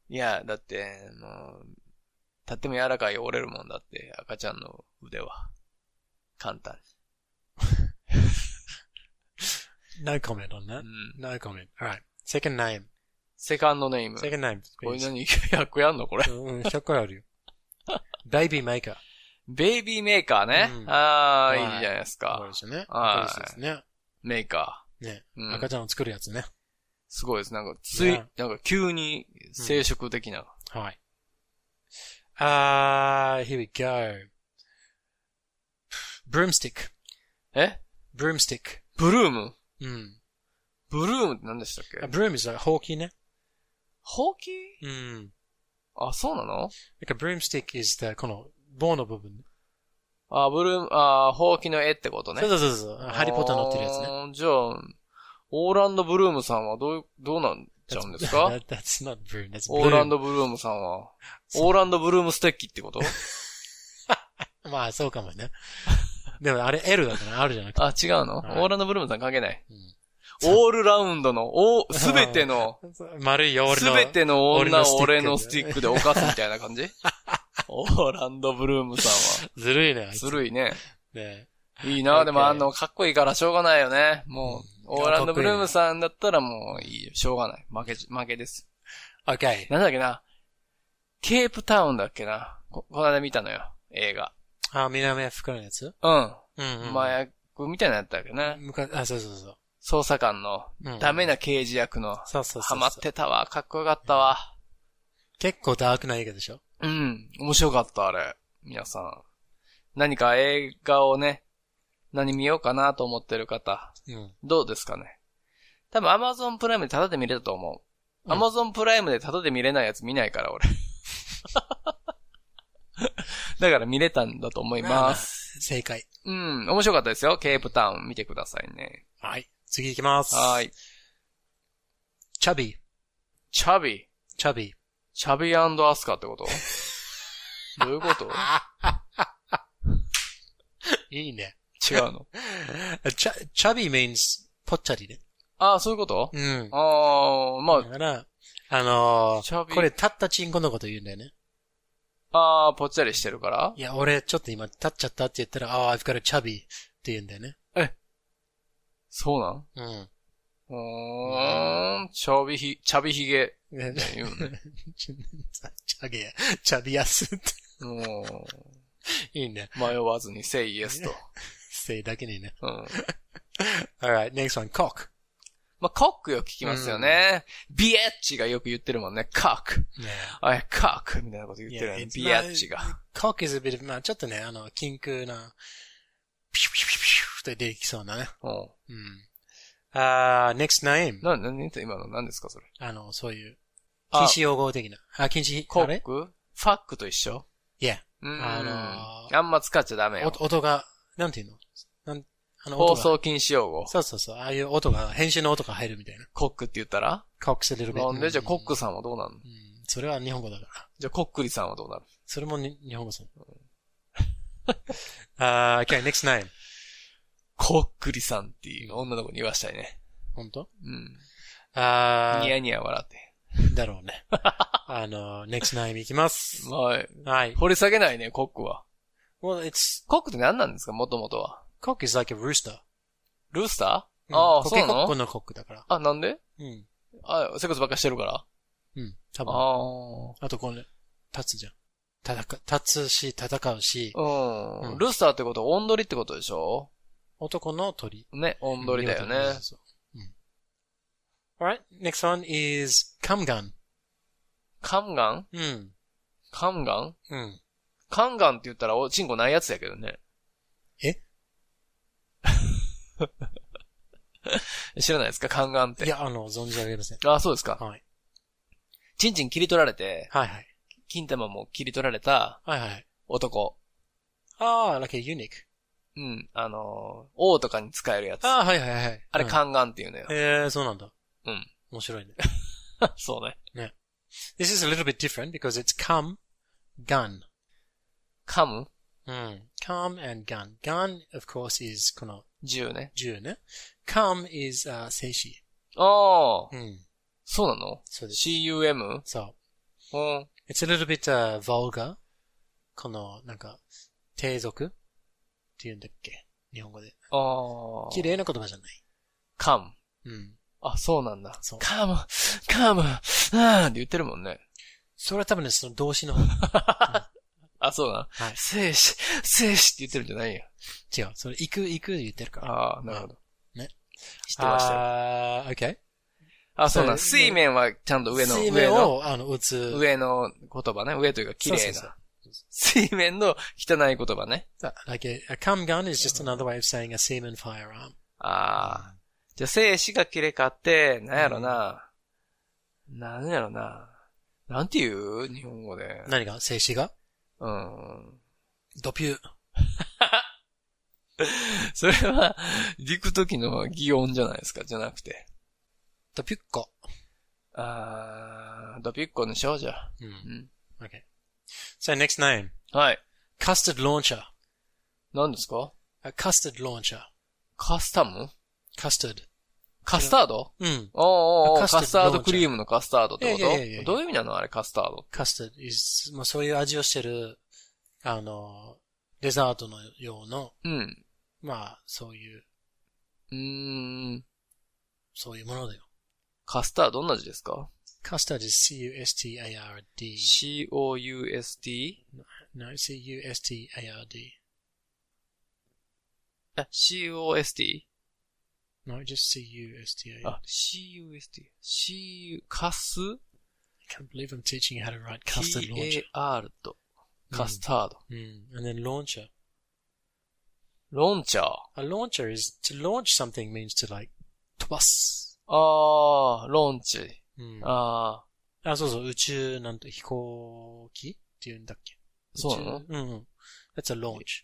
Speaker 7: いや、だって、もう、立っても柔らかい折れるもんだって、赤ちゃんの腕は。簡単
Speaker 6: No comment on
Speaker 7: に。う
Speaker 6: that.
Speaker 7: ん。
Speaker 6: No comment. Alright. Second name.
Speaker 7: セカンドネーム。
Speaker 6: Second name. Mm,
Speaker 7: これ何 ?100 個やんの [LAUGHS] これ。
Speaker 6: [LAUGHS] うん、100個あるよ。baby maker.
Speaker 7: ベイビーメーカーね。
Speaker 6: うん
Speaker 7: ああ、
Speaker 6: はいい
Speaker 7: いじゃないです
Speaker 6: そう
Speaker 7: か
Speaker 6: で。すね。
Speaker 7: はい
Speaker 6: そうですね。
Speaker 7: メーカー。
Speaker 6: ね、
Speaker 7: うん
Speaker 6: 赤ちゃんを作るやつね。
Speaker 7: すごいです。なんか、つい
Speaker 6: ね、
Speaker 7: なんか急に生殖的な。
Speaker 6: Ah, はい。あー、here we go. broomstick,
Speaker 7: え
Speaker 6: broomstick.
Speaker 7: ブルーム
Speaker 6: うん。
Speaker 7: ブルームって何でしたっけ
Speaker 6: broom is like ほうきね。
Speaker 7: ほうき
Speaker 6: うん。
Speaker 7: あ、そうなの
Speaker 6: Hmm. like a broomstick is the, この棒の部分。
Speaker 7: あ、ブルーム、あ、ほうきの絵ってことね
Speaker 6: そう。そうそうそう。ハリーポッター乗ってるやつね。
Speaker 7: あーじゃあ、オーランド・ブルームさんはどういう、どうなっちゃうん
Speaker 6: [LAUGHS]
Speaker 7: ですか
Speaker 6: that, ?That's not broom, that's
Speaker 7: オーラン
Speaker 6: broom.
Speaker 7: ド・ブルームさんは。
Speaker 6: そう
Speaker 7: オーランド・ブルームステッキって
Speaker 6: [LAUGHS]
Speaker 7: こと
Speaker 6: まあ、そうか [LAUGHS] もね。でもあれ L だから、R じゃなくて。
Speaker 7: あ、違うの、
Speaker 6: はい
Speaker 7: オーランド・ブルームさん関係ない。
Speaker 6: うん
Speaker 7: オールラウンドの、
Speaker 6: [LAUGHS]
Speaker 7: お、すべての、
Speaker 6: 丸いよ、俺
Speaker 7: す
Speaker 6: の。
Speaker 7: べての
Speaker 6: 俺の
Speaker 7: 女
Speaker 6: ス
Speaker 7: を
Speaker 6: ティック
Speaker 7: 俺のスティックで犯すみたいな感
Speaker 6: [LAUGHS]
Speaker 7: じオーランド・ブルームさんは。
Speaker 6: ずるいね、あいつ
Speaker 7: ずるいね。
Speaker 6: ね。
Speaker 7: いい
Speaker 6: Okay
Speaker 7: な、でもあの、かっこいいからしょうがないよね。もう、
Speaker 6: うん
Speaker 7: オーランド・ブルームさんだったらもういいよ。しょうがない。負けじ、負けです。
Speaker 6: Okay.
Speaker 7: なんだっけな。ケープタウンだっけな。こ、この間見たのよ。映画。
Speaker 6: あ、南アフリカのやつ
Speaker 7: うん。
Speaker 6: うん、うん。
Speaker 7: 麻薬みたいなのやったっけね。
Speaker 6: 昔、あ、そうそうそう。
Speaker 7: 捜査官の、
Speaker 6: うん
Speaker 7: ダメな刑事役の、
Speaker 6: そうそうそうそ
Speaker 7: ハ
Speaker 6: う。
Speaker 7: マってたわ。かっこよかったわ。
Speaker 6: 結構ダークな映画でしょ
Speaker 7: うん。面白かった、あれ。皆さん。何か映画をね、何見ようかなと思ってる方、
Speaker 6: うん。
Speaker 7: どうですかね。多分 Amazon プライムでタダで見れたと思う。
Speaker 6: うん
Speaker 7: Amazon プライムでタダで見れないやつ見ないから、俺。 [LAUGHS] だから見れたんだと思います。
Speaker 6: 正解。
Speaker 7: うん、面白かったですよ。ケープタウン見てくださいね。
Speaker 6: はい。次行きます。
Speaker 7: はー。い。
Speaker 6: チャビー。
Speaker 7: チャビー。
Speaker 6: チャビー。
Speaker 7: チャビーアスカってこと [LAUGHS] どういうこと
Speaker 6: いいね。
Speaker 7: 違うの
Speaker 6: チャ、チャビー means ぽっちゃりね。
Speaker 7: ああ、そういうこと
Speaker 6: うん。
Speaker 7: ああ、ま
Speaker 6: だから、あの
Speaker 7: チャ
Speaker 6: ー、
Speaker 7: ビ
Speaker 6: これ、立ったチンコのこと言うんだよね。
Speaker 7: あ、ああ、ぽっちゃりしてるから
Speaker 6: いや、俺、ちょっと今、立っちゃったって言ったら、ああ、I've got a chubby って言うんだよね。
Speaker 7: そうなん
Speaker 6: うん。
Speaker 7: うーん、チャビひ、チャビひげ。
Speaker 6: ね
Speaker 7: 言うね。
Speaker 6: チャゲや、チャビアスって。
Speaker 7: も
Speaker 6: いいね。
Speaker 7: う、迷わずに say yes と。
Speaker 6: say だけにね。
Speaker 7: うん。
Speaker 6: alright, next one, cock.
Speaker 7: まあ、コックよく聞きますよね。ビエッチがよく言ってるもんね。コック。あい、コックみたいなこと言ってるよね。
Speaker 6: い
Speaker 7: ビエ
Speaker 6: や
Speaker 7: ッチが。
Speaker 6: cock is a bit of, まあちょっとね、あの、緊急な、ピュピュピュピュって出てきそうなね。
Speaker 7: うん。
Speaker 6: うん。あー next name.
Speaker 7: な、な、な、今の何ですかそれ。
Speaker 6: あの、そういう、禁
Speaker 7: あ
Speaker 6: 止用語的な。あ、禁止、
Speaker 7: コ
Speaker 6: あ
Speaker 7: ッ
Speaker 6: れ
Speaker 7: クファックと一緒
Speaker 6: いや、
Speaker 7: うん。
Speaker 6: あのー
Speaker 7: あんま使っちゃダメよ。
Speaker 6: お音が、なんていうのなん、あの、音
Speaker 7: 放
Speaker 6: が。
Speaker 7: 送禁止用語。
Speaker 6: そうそうそう。ああいう音が、編集の音が入るみたいな。
Speaker 7: コックって言ったら
Speaker 6: cock s a little bit.
Speaker 7: なんでじゃあコック
Speaker 6: さ
Speaker 7: さんはどうなの
Speaker 6: ん。うんそれは日本語だから。
Speaker 7: じゃあコックリさんはどうなる
Speaker 6: それもに日本語さん。 [LAUGHS] あー okay, next name.
Speaker 7: コックリさんっていう女の子に言わしたいね。
Speaker 6: 本当
Speaker 7: うん。
Speaker 6: あ
Speaker 7: ニ
Speaker 6: ー
Speaker 7: ヤニヤ笑って。
Speaker 6: だろう [LAUGHS] ね。あの、next name いきます。
Speaker 7: はい。
Speaker 6: はい。
Speaker 7: 掘り下げないね、コックは。
Speaker 6: Well, it's,
Speaker 7: コックって何なんですか、もともとは。
Speaker 6: cock is like a rooster.
Speaker 7: ルースターああ、
Speaker 6: コ
Speaker 7: そう
Speaker 6: ケ
Speaker 7: な
Speaker 6: コッコ
Speaker 7: の
Speaker 6: のコックだから。
Speaker 7: あ、なんで
Speaker 6: うん。
Speaker 7: あ、セックスばっかしてるから。
Speaker 6: うん。多分。あ
Speaker 7: あ
Speaker 6: とこの、立つじゃん。戦う、立つし、戦うし、
Speaker 7: あ。
Speaker 6: う
Speaker 7: うんん。ルースターってことは、オンドリってことでしょ
Speaker 6: 男の鳥。
Speaker 7: ね、オンドリだよね。
Speaker 6: そうそうそう。うん。alright, next one is, come gun.
Speaker 7: カンガン
Speaker 6: うん。
Speaker 7: カンガン
Speaker 6: うん。
Speaker 7: カンガンって言ったら、お、チンコないやつやけどね。
Speaker 6: え
Speaker 7: [LAUGHS] 知らないですかカンガンっ
Speaker 6: い
Speaker 7: て。
Speaker 6: や、あの、存じ上げません。
Speaker 7: あ、そうですか。
Speaker 6: はい。
Speaker 7: チンチン切り取られて、
Speaker 6: はいはい。
Speaker 7: 金玉も切り取られた
Speaker 6: はいはい。
Speaker 7: 男。
Speaker 6: ああ、like a eunuch.
Speaker 7: うん。あのー、王とかに使えるやつ。あ
Speaker 6: ああ、はいはいはい。
Speaker 7: れ、
Speaker 6: うん
Speaker 7: 宦官っていうのよ。
Speaker 6: えー、そうなんだ。
Speaker 7: うん。
Speaker 6: 面白いね。
Speaker 7: [LAUGHS] そうね。
Speaker 6: This is a little bit different because it's come, gun.
Speaker 7: 噛む
Speaker 6: Mm. Come and gun. Gun, of course, is この
Speaker 7: 銃ね。
Speaker 6: 銃ね。Come is、uh, 静止。
Speaker 7: ああ、
Speaker 6: うん。
Speaker 7: そうなの
Speaker 6: そうです。
Speaker 7: ?cum?
Speaker 6: そう。
Speaker 7: うん。
Speaker 6: It's a little bit、uh, vulgar. この、なんか、低俗って言うんだっけ日本語で。
Speaker 7: ああ。
Speaker 6: 綺。麗な言葉じゃない。
Speaker 7: 噛む。
Speaker 6: うん。
Speaker 7: あ、そうなんだ。
Speaker 6: そう
Speaker 7: 噛む、噛む、あーって言ってるもんね。
Speaker 6: それは多分ね、その動詞の方。
Speaker 7: あ、そうな。
Speaker 6: はい
Speaker 7: 生死、生死って言ってるんじゃないんや。
Speaker 6: 違う。それ、行く、行く言ってるから。
Speaker 7: ああ、なるほど。
Speaker 6: ね。
Speaker 7: 知ってましたよ。
Speaker 6: あー OK。
Speaker 7: あ、そうな
Speaker 6: そ
Speaker 7: ん。
Speaker 6: う
Speaker 7: 水面はちゃんと上の、
Speaker 6: 水
Speaker 7: 上
Speaker 6: 面
Speaker 7: の、
Speaker 6: を、あの、打つ。
Speaker 7: 上の言葉ね。上というか綺
Speaker 6: そ
Speaker 7: 麗
Speaker 6: うそう
Speaker 7: な。
Speaker 6: です。
Speaker 7: 水面の汚い言葉ね。
Speaker 6: Uh, Like a, a cum gun is just another way of saying a seaman firearm.
Speaker 7: ああ。じゃあ、生死が切れかって、なんやろな。なんやろな。なんて言う日本語で。
Speaker 6: 何が静止が
Speaker 7: うん。
Speaker 6: ドピュー。
Speaker 7: [LAUGHS] それは、陸くときの擬音じゃないですか、じゃなくて。
Speaker 6: ドピュッコ。
Speaker 7: あー、ドピッコにしようじゃ。ん
Speaker 6: Hmm, Okay. So next name.
Speaker 7: はい。
Speaker 6: Custard launcher.
Speaker 7: 何ですか
Speaker 6: A custard launcher.
Speaker 7: カスタム
Speaker 6: Custard.
Speaker 7: カスタード
Speaker 6: Mm.
Speaker 7: おーおーおー、
Speaker 6: カスタード
Speaker 7: カスタードクリームのカスタードってこと
Speaker 6: いやいやいやいや
Speaker 7: どういう意味なのあれ、カスタード。
Speaker 6: Custard is, もうそういう味をしてる、あの、デザートのような、
Speaker 7: うん。
Speaker 6: まあ、そういう、
Speaker 7: うーん。
Speaker 6: そういうものだよ。
Speaker 7: カスタード同じですか
Speaker 6: Custard is C-U-S-T-A-R-D.
Speaker 7: ?C-O-U-S-T?
Speaker 6: No, C-U-S-T-A-R-D.
Speaker 7: あ、C-O-S-T?
Speaker 6: No, just C-U-S-T-A.
Speaker 7: あ、C-U-S-T。C-U、カス
Speaker 6: I can't believe I'm teaching you how to write custard launcher.
Speaker 7: ?T-A-R と。カスタード。
Speaker 6: Mm. And then launcher.
Speaker 7: ロンチャー。
Speaker 6: A launcher is to launch something means to like, twas.
Speaker 7: あー、ロンチ。
Speaker 6: Mm.
Speaker 7: Ah. あ
Speaker 6: あ、そうそう、宇宙なんて飛行機って言うんだっけ
Speaker 7: ー、そうなの
Speaker 6: 宇宙うんうん。That's hmm, a launch.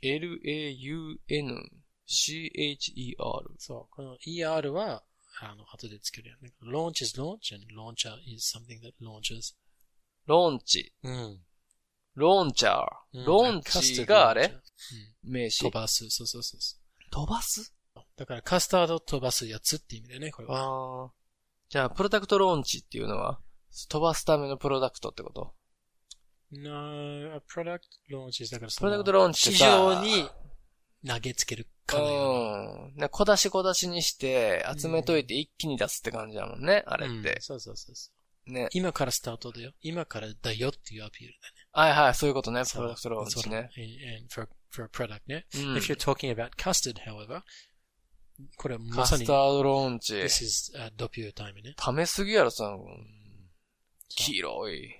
Speaker 7: ?L-A-U-N-C-H-E-R。
Speaker 6: そう。この ER は、あの、後でつけるやん。launch is launch and launcher is something that launches. Hmm,
Speaker 7: ロンチ。
Speaker 6: うん。
Speaker 7: ロンチャー。ロンチがあれ名詞
Speaker 6: 飛。ばす。そうそうそうそ
Speaker 7: 飛ばす
Speaker 6: う。だからカスタード飛ばすやつって意味だよね、これは。
Speaker 7: ああ。じゃあ、プロダクトローンチっていうのは、飛ばすためのプロダクトってこと
Speaker 6: No, a product launch is だからそ
Speaker 7: プロ
Speaker 6: の
Speaker 7: ダクトローンチっ
Speaker 6: 市
Speaker 7: てさ
Speaker 6: 場に投げつけるかのような
Speaker 7: うん。ね小出し小出しにして、集めといて一気に出すって感じだもんね、あれっ
Speaker 6: うん
Speaker 7: て。
Speaker 6: そうそうそうそう。
Speaker 7: ね。
Speaker 6: 今からスタートだよ。今からだよっていうアピールだね。
Speaker 7: はいはい、そういうことね、プ
Speaker 6: So,
Speaker 7: ロダクトローン
Speaker 6: that's
Speaker 7: チ
Speaker 6: what-
Speaker 7: ね。
Speaker 6: and- and for, for a product ね。
Speaker 7: うん
Speaker 6: If you're talking about custard, however, これはま
Speaker 7: カ
Speaker 6: さ
Speaker 7: ス
Speaker 6: に
Speaker 7: タードローンチ。
Speaker 6: This is uh, a doppio time ね。
Speaker 7: 溜めすぎやろ、その、黄色い。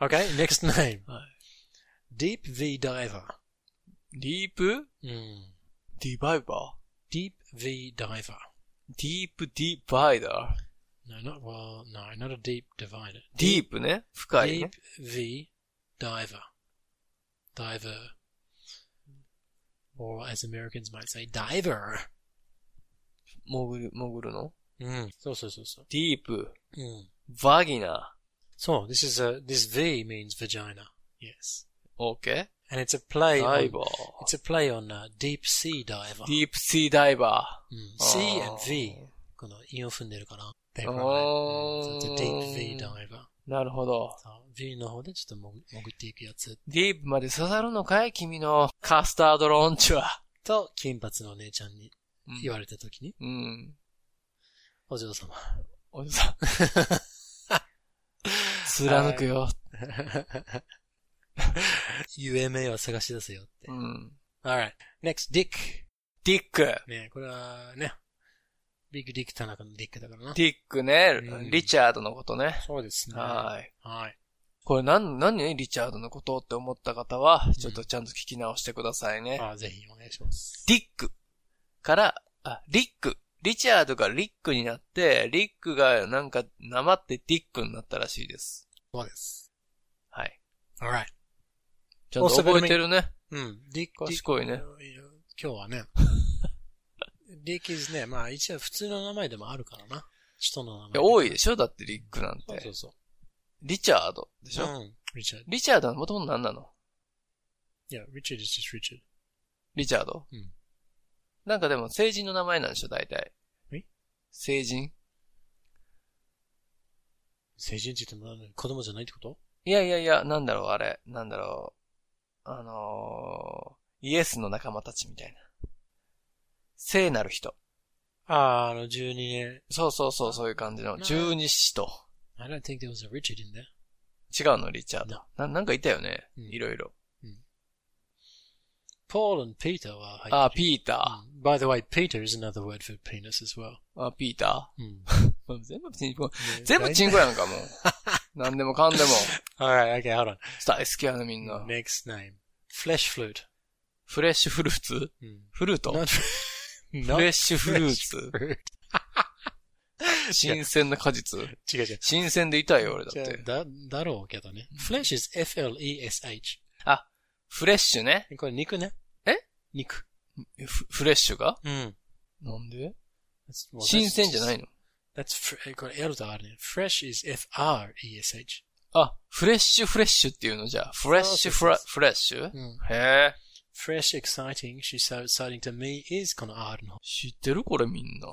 Speaker 6: Okay, next name.
Speaker 7: [LAUGHS] は
Speaker 6: Deep V Diver.
Speaker 7: ディープ
Speaker 6: うん
Speaker 7: ディバイバ
Speaker 6: Deep V Diver.
Speaker 7: ーディープディバイダ
Speaker 6: No, not, well, no, not a deep divider.
Speaker 7: ー。ディープね。深いね
Speaker 6: Deep。V Diver. Diver. Or as Americans might say, diver.
Speaker 7: 潜る、潜るの
Speaker 6: うん。そうそうそうそう。
Speaker 7: ディープ、
Speaker 6: うん。
Speaker 7: Mm. バギナ
Speaker 6: So this is a this V means vagina.
Speaker 7: ー。
Speaker 6: Yes,
Speaker 7: オーケ
Speaker 6: and it's a play.
Speaker 7: ーダイ
Speaker 6: On,
Speaker 7: バー。
Speaker 6: it's a play on uh, deep sea diver.
Speaker 7: ディープシーダイバ
Speaker 6: Mm.
Speaker 7: ー。
Speaker 6: C
Speaker 7: あ
Speaker 6: and
Speaker 7: ー
Speaker 6: V. この韻を踏んでるかな。
Speaker 7: あ
Speaker 6: They're right.
Speaker 7: ー
Speaker 6: Mm. So it's a deep
Speaker 7: Oh.
Speaker 6: V diver.
Speaker 7: なるほど。
Speaker 6: そう V の方でちょっと潜潜っていくやつ
Speaker 7: ディープまで刺さるのかい君のカスタードローンチは。
Speaker 6: と金髪のお姉ちゃんに
Speaker 7: うん
Speaker 6: 言われた時に、
Speaker 7: うん。
Speaker 6: お嬢様。
Speaker 7: おじさん。
Speaker 6: [LAUGHS]
Speaker 7: 貫くよ。
Speaker 6: [LAUGHS] 夢を探し出せよって
Speaker 7: う。ん。
Speaker 6: Alright. Next, Dick.
Speaker 7: ディック。
Speaker 6: ねこれはね、ビッグディック田中のディックだからな。
Speaker 7: ディックね
Speaker 6: うん。
Speaker 7: リチャードのことね。
Speaker 6: そうですね。は
Speaker 7: はい。
Speaker 6: い。
Speaker 7: これ何、何ねリチャードのことって思った方は、ちょっとちゃんと聞き直してくださいね。
Speaker 6: あぜひお願いします。
Speaker 7: ディックから、あ、リック。リチャードがリックになって、リックがなんか、なまってディックになったらしいです。
Speaker 6: そうです。
Speaker 7: はい。
Speaker 6: alright.
Speaker 7: ちゃんと覚えてるね。
Speaker 6: うん。ディック。
Speaker 7: 賢いね
Speaker 6: ディック。今日はね。 [LAUGHS] ディック is ね、まあ一応普通の名前でもあるからな。人の名前。
Speaker 7: いや多
Speaker 6: い
Speaker 7: いでしょだってリックなん
Speaker 6: そうそ
Speaker 7: て。
Speaker 6: うそ
Speaker 7: リチャードでし
Speaker 6: う。
Speaker 7: ょ、
Speaker 6: うん。リチャード。
Speaker 7: リチャードはもともと何なの
Speaker 6: いや、リチャード is just Richard.
Speaker 7: リチャード、
Speaker 6: うん
Speaker 7: なんかでも成人の名前なんでしょ大体。
Speaker 6: え
Speaker 7: 成人
Speaker 6: 成人って言っても子供じゃないってこと
Speaker 7: いやいやいや、なんだろうあれ。なんだろう。あのー、イエスの仲間たちみたいな。聖なる人。
Speaker 6: ああ、あの、12年。
Speaker 7: そうそうそう、そういう感じの。
Speaker 6: な
Speaker 7: 十二使徒。
Speaker 6: I don't think there was a Richard in there.
Speaker 7: 違うの、リチャード
Speaker 6: No.。
Speaker 7: ななんかいたよね。
Speaker 6: うん
Speaker 7: いろいろ。
Speaker 6: Paul and Peter は入ってる。
Speaker 7: あ、ピータ
Speaker 6: Mm. By the way, Peter is another word for penis as well.
Speaker 7: ー。あ、ピータ
Speaker 6: Mm.
Speaker 7: ー。全部チンコ。全部チンコやんか、もう。 [LAUGHS] 何でもかんでも。
Speaker 6: Alright, okay, hold on.
Speaker 7: 大好きやね、みんな。
Speaker 6: Next name. Flesh flute.
Speaker 7: フレッシュフルーツ
Speaker 6: Mm.
Speaker 7: フルート
Speaker 6: Not,
Speaker 7: フ
Speaker 6: not
Speaker 7: レッシュフルー
Speaker 6: fresh
Speaker 7: ツ
Speaker 6: [LAUGHS] fruit.
Speaker 7: 新鮮な果実
Speaker 6: 違う違う。
Speaker 7: 新鮮でいたいよ、俺だっ
Speaker 6: じゃ
Speaker 7: て。
Speaker 6: あだ、だろうけどね。flesh is E f-l-e-s-h.
Speaker 7: フレッシュね。
Speaker 6: これ肉ね。
Speaker 7: え
Speaker 6: 肉。
Speaker 7: フフレッシュが
Speaker 6: うん。
Speaker 7: なんで新鮮じゃないいの
Speaker 6: ?that's, fre- これ L と R ね。fresh is E f-r-e-s-h.
Speaker 7: あ、フレッシュフレッシュっていうのじゃあ。フレッシュフラ、フレッシュ
Speaker 6: うん。
Speaker 7: へえ。
Speaker 6: fresh, exciting, she's so exciting to me is この R の方。
Speaker 7: 知ってるこれみんな。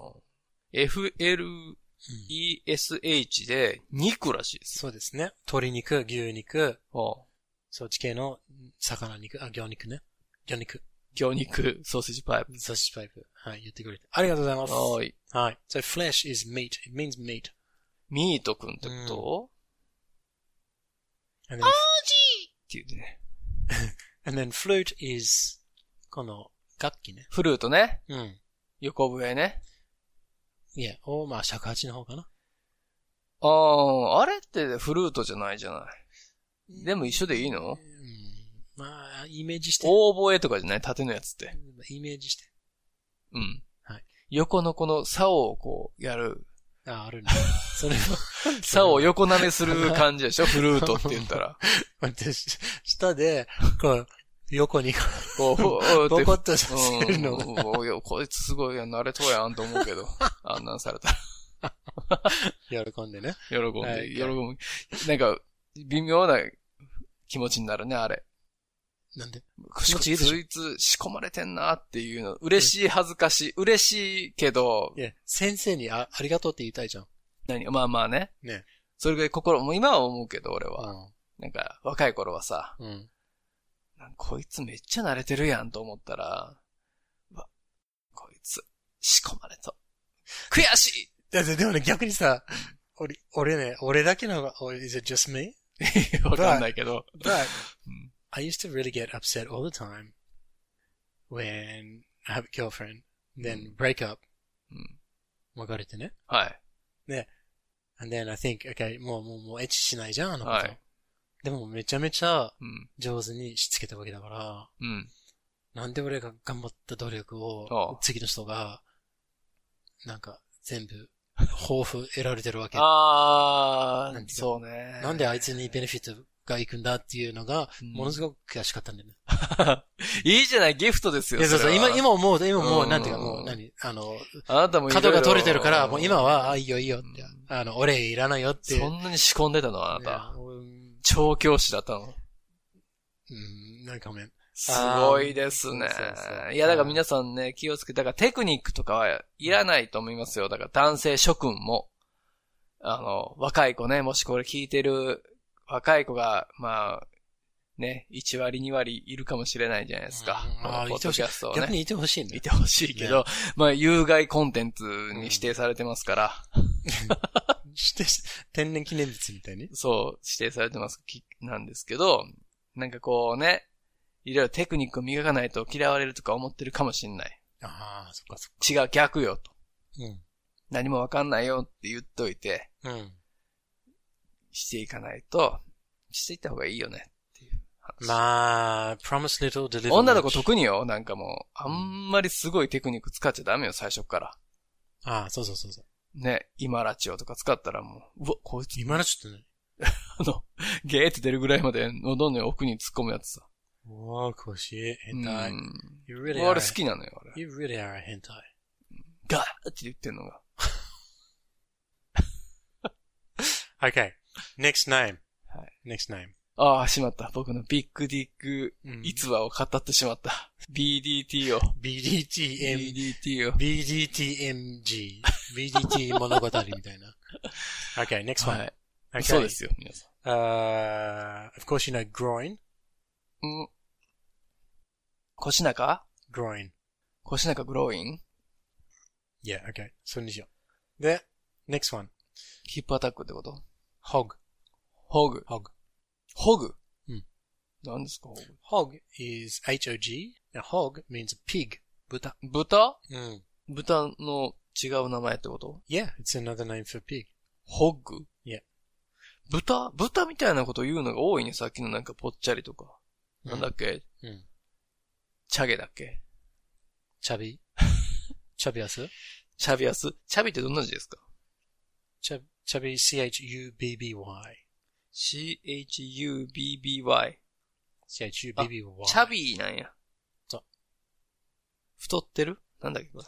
Speaker 7: FLESH で肉らしいです。
Speaker 6: そうですね。鶏肉、牛肉、
Speaker 7: ああ
Speaker 6: そっち系の魚肉、あ、魚肉ね。魚肉。
Speaker 7: 魚肉、ソーセージパイプ。
Speaker 6: サッシュパイプ。はい、言ってくれて。ありがとうございます。
Speaker 7: はーい。
Speaker 6: はい。So flesh is meat. It means meat.
Speaker 7: ミートくんってこと、
Speaker 6: And then,
Speaker 7: っていうね。
Speaker 6: and then flute is この楽器ね。
Speaker 7: フルートね。
Speaker 6: うん。
Speaker 7: 横笛ね。
Speaker 6: いや、おまあ尺八の方かな。
Speaker 7: ああ、あれってフルートじゃないじゃない。でも一緒でいいの
Speaker 6: うん。まあ、イメージして。
Speaker 7: 大笛とかじゃない縦のやつって。
Speaker 6: イメージして。
Speaker 7: うん。
Speaker 6: はい
Speaker 7: 横のこの竿をこうやる。
Speaker 6: あ、あるね。それも、 [LAUGHS]
Speaker 7: 竿を横舐めする感じでしょフルートって言ったら。
Speaker 6: 待って、し下で、こう、横に、
Speaker 7: [LAUGHS] こう、ふう
Speaker 6: ボ
Speaker 7: って
Speaker 6: コッ [LAUGHS] とさせるのが。
Speaker 7: うんおいやこいつすごいやん、慣れとうやんと思う
Speaker 6: [LAUGHS]
Speaker 7: けど。あんなんされたら。
Speaker 6: 喜んでね。
Speaker 7: 喜ん
Speaker 6: は
Speaker 7: で、
Speaker 6: い
Speaker 7: 喜ぶ。なんか、微妙な気持ちになるね、あれ。
Speaker 6: なんで
Speaker 7: 気
Speaker 6: 持ちいいでしょ
Speaker 7: そいつ仕込まれてんなっていうの。嬉しい、恥ずかしい。嬉しいけど
Speaker 6: い、や、先生にあありがとうって言いたいじゃん。
Speaker 7: 何まあまあね。
Speaker 6: ね
Speaker 7: それぐらい心、もう今は思うけど、俺は。
Speaker 6: う
Speaker 7: なんか、若い頃はさ、
Speaker 6: ん。うん。
Speaker 7: なんかこいつめっちゃ慣れてるやんと思ったら、うわ、こいつ、仕込まれた。悔し
Speaker 6: だってでもね、逆にさ、俺、俺ね、俺だけのが、or is it just me?
Speaker 7: いわかんないけ
Speaker 6: [LAUGHS]
Speaker 7: ど。
Speaker 6: But
Speaker 7: うん
Speaker 6: I used to really get upset all the time when I have a girlfriend, then break up.
Speaker 7: うん
Speaker 6: 別れてね。
Speaker 7: はい。
Speaker 6: And then I think, okay, もう、もう、もうエッチしないじゃん、あの子と。
Speaker 7: はい
Speaker 6: でもめちゃめちゃ
Speaker 7: うん。
Speaker 6: 上手にしつけたわけだから、
Speaker 7: うん。
Speaker 6: なんで俺が頑張った努力
Speaker 7: あ
Speaker 6: を
Speaker 7: あ、
Speaker 6: 次の人が、なんか、
Speaker 7: [LAUGHS]
Speaker 6: 全部、抱負得られてるわけ。
Speaker 7: あ
Speaker 6: なん
Speaker 7: ー、
Speaker 6: ていうか
Speaker 7: そうね。
Speaker 6: なんであいつにベネフィットが行くんだっていうのが、
Speaker 7: うん
Speaker 6: ものすごく悔しかったんだよね。
Speaker 7: いいじゃない、ギフトです
Speaker 6: い
Speaker 7: よ。
Speaker 6: や、そう
Speaker 7: れ
Speaker 6: そう、
Speaker 7: は
Speaker 6: 今、、今思うと、今も
Speaker 7: う
Speaker 6: う、
Speaker 7: ん
Speaker 6: なんていうか、もう、何、あの、
Speaker 7: あなたもいろいろ
Speaker 6: 角が取れてるから、もう今は、あ、いいよいいよって
Speaker 7: うん、
Speaker 6: あの、俺いらないよって。
Speaker 7: そんなに仕込んでたのあ
Speaker 6: い
Speaker 7: な
Speaker 6: や
Speaker 7: た。
Speaker 6: うん
Speaker 7: 調教師だったの。
Speaker 6: うん、なんかごめん。
Speaker 7: すごいですね
Speaker 6: そうそうそ。う
Speaker 7: いや、だから皆さんね、気をつけて、だからテクニックとかはいらないと思いますよ。だから男性諸君も、あの、若い子ね、もしこれ聞いてる若い子が、まあ、ね、1割2割いるかもしれないじゃないですか
Speaker 6: うん。あー
Speaker 7: ポッドキャストを
Speaker 6: 逆
Speaker 7: ね。
Speaker 6: にいてほしいね
Speaker 7: い。てほしいけど、まあ、有害コンテンツに指定されてますから、
Speaker 6: して、天然記念物みたいに。
Speaker 7: そう、指定されてます、きなんですけど、なんかこうね、いろいろテクニックを磨かないと嫌われるとか思ってるかもしんない。
Speaker 6: ああ、そっかそっ
Speaker 7: 違う、逆よ、と。
Speaker 6: か。
Speaker 7: 何もわかんないよって言っといて、
Speaker 6: うん。うん。
Speaker 7: していかないと、していった方がいいよね、っていう話。
Speaker 6: まあ、promise little deliver much
Speaker 7: 女の子特によ、なんかもう、あんまりすごいテクニック使っちゃダメよ、最初から。
Speaker 6: ああ、そうそうそうそう。
Speaker 7: ね、今ラチオとか使ったらもう、うわ、こいつ、
Speaker 6: 今のちょっとね、
Speaker 7: あの、 [LAUGHS] ゲーって出るぐらいまで喉の奥に突っ込むやつさ。
Speaker 6: おー、腰、変態。
Speaker 7: うん。
Speaker 6: You
Speaker 7: 俺
Speaker 6: really are,
Speaker 7: 好きなのよ、あれ。
Speaker 6: you really are a 変態。
Speaker 7: ガーって言ってんのが。
Speaker 6: Okay. Next name.
Speaker 7: はい
Speaker 6: Next name. Mm.
Speaker 7: ああ、しまった。僕のビッグディッグ
Speaker 6: うん
Speaker 7: 逸話を語ってしまった。BDT を。
Speaker 6: BDTM、
Speaker 7: BDT を。
Speaker 6: BDTMG、BDT 物語みたいな。Okay, next
Speaker 7: は
Speaker 6: one.
Speaker 7: い。
Speaker 6: Okay.
Speaker 7: そうですよ、皆さ
Speaker 6: Uh, of course you know groin.
Speaker 7: ん。うん。腰中
Speaker 6: Groin.
Speaker 7: 腰中グローイン
Speaker 6: Yeah, okay. それにしよう。で、next one.
Speaker 7: ヒップアタックってこと
Speaker 6: Hog.
Speaker 7: ホグ。
Speaker 6: Hog.
Speaker 7: ホグ
Speaker 6: うん。
Speaker 7: 何ですか、ホグ。
Speaker 6: Hog is H-O-G. Now, hog means pig. 豚。
Speaker 7: 豚
Speaker 6: うん。
Speaker 7: 豚の違う名前ってこと
Speaker 6: Yeah, it's another name for pig.
Speaker 7: ホグ
Speaker 6: Yeah.
Speaker 7: 豚、豚みたいなこと言うのが多いね、さっきのなんかぽっちゃりとか。なんだっけ
Speaker 6: うん。
Speaker 7: チャゲだっけ
Speaker 6: チ
Speaker 7: [LAUGHS]
Speaker 6: ャビチャビアス
Speaker 7: チャビアスチャビってどんな字ですか
Speaker 6: チャチャビ CHUBBY。
Speaker 7: ?CHUBBY。
Speaker 6: CHUBBY。
Speaker 7: チャビーなんや。
Speaker 6: そう
Speaker 7: 太ってるなんだっけこれ。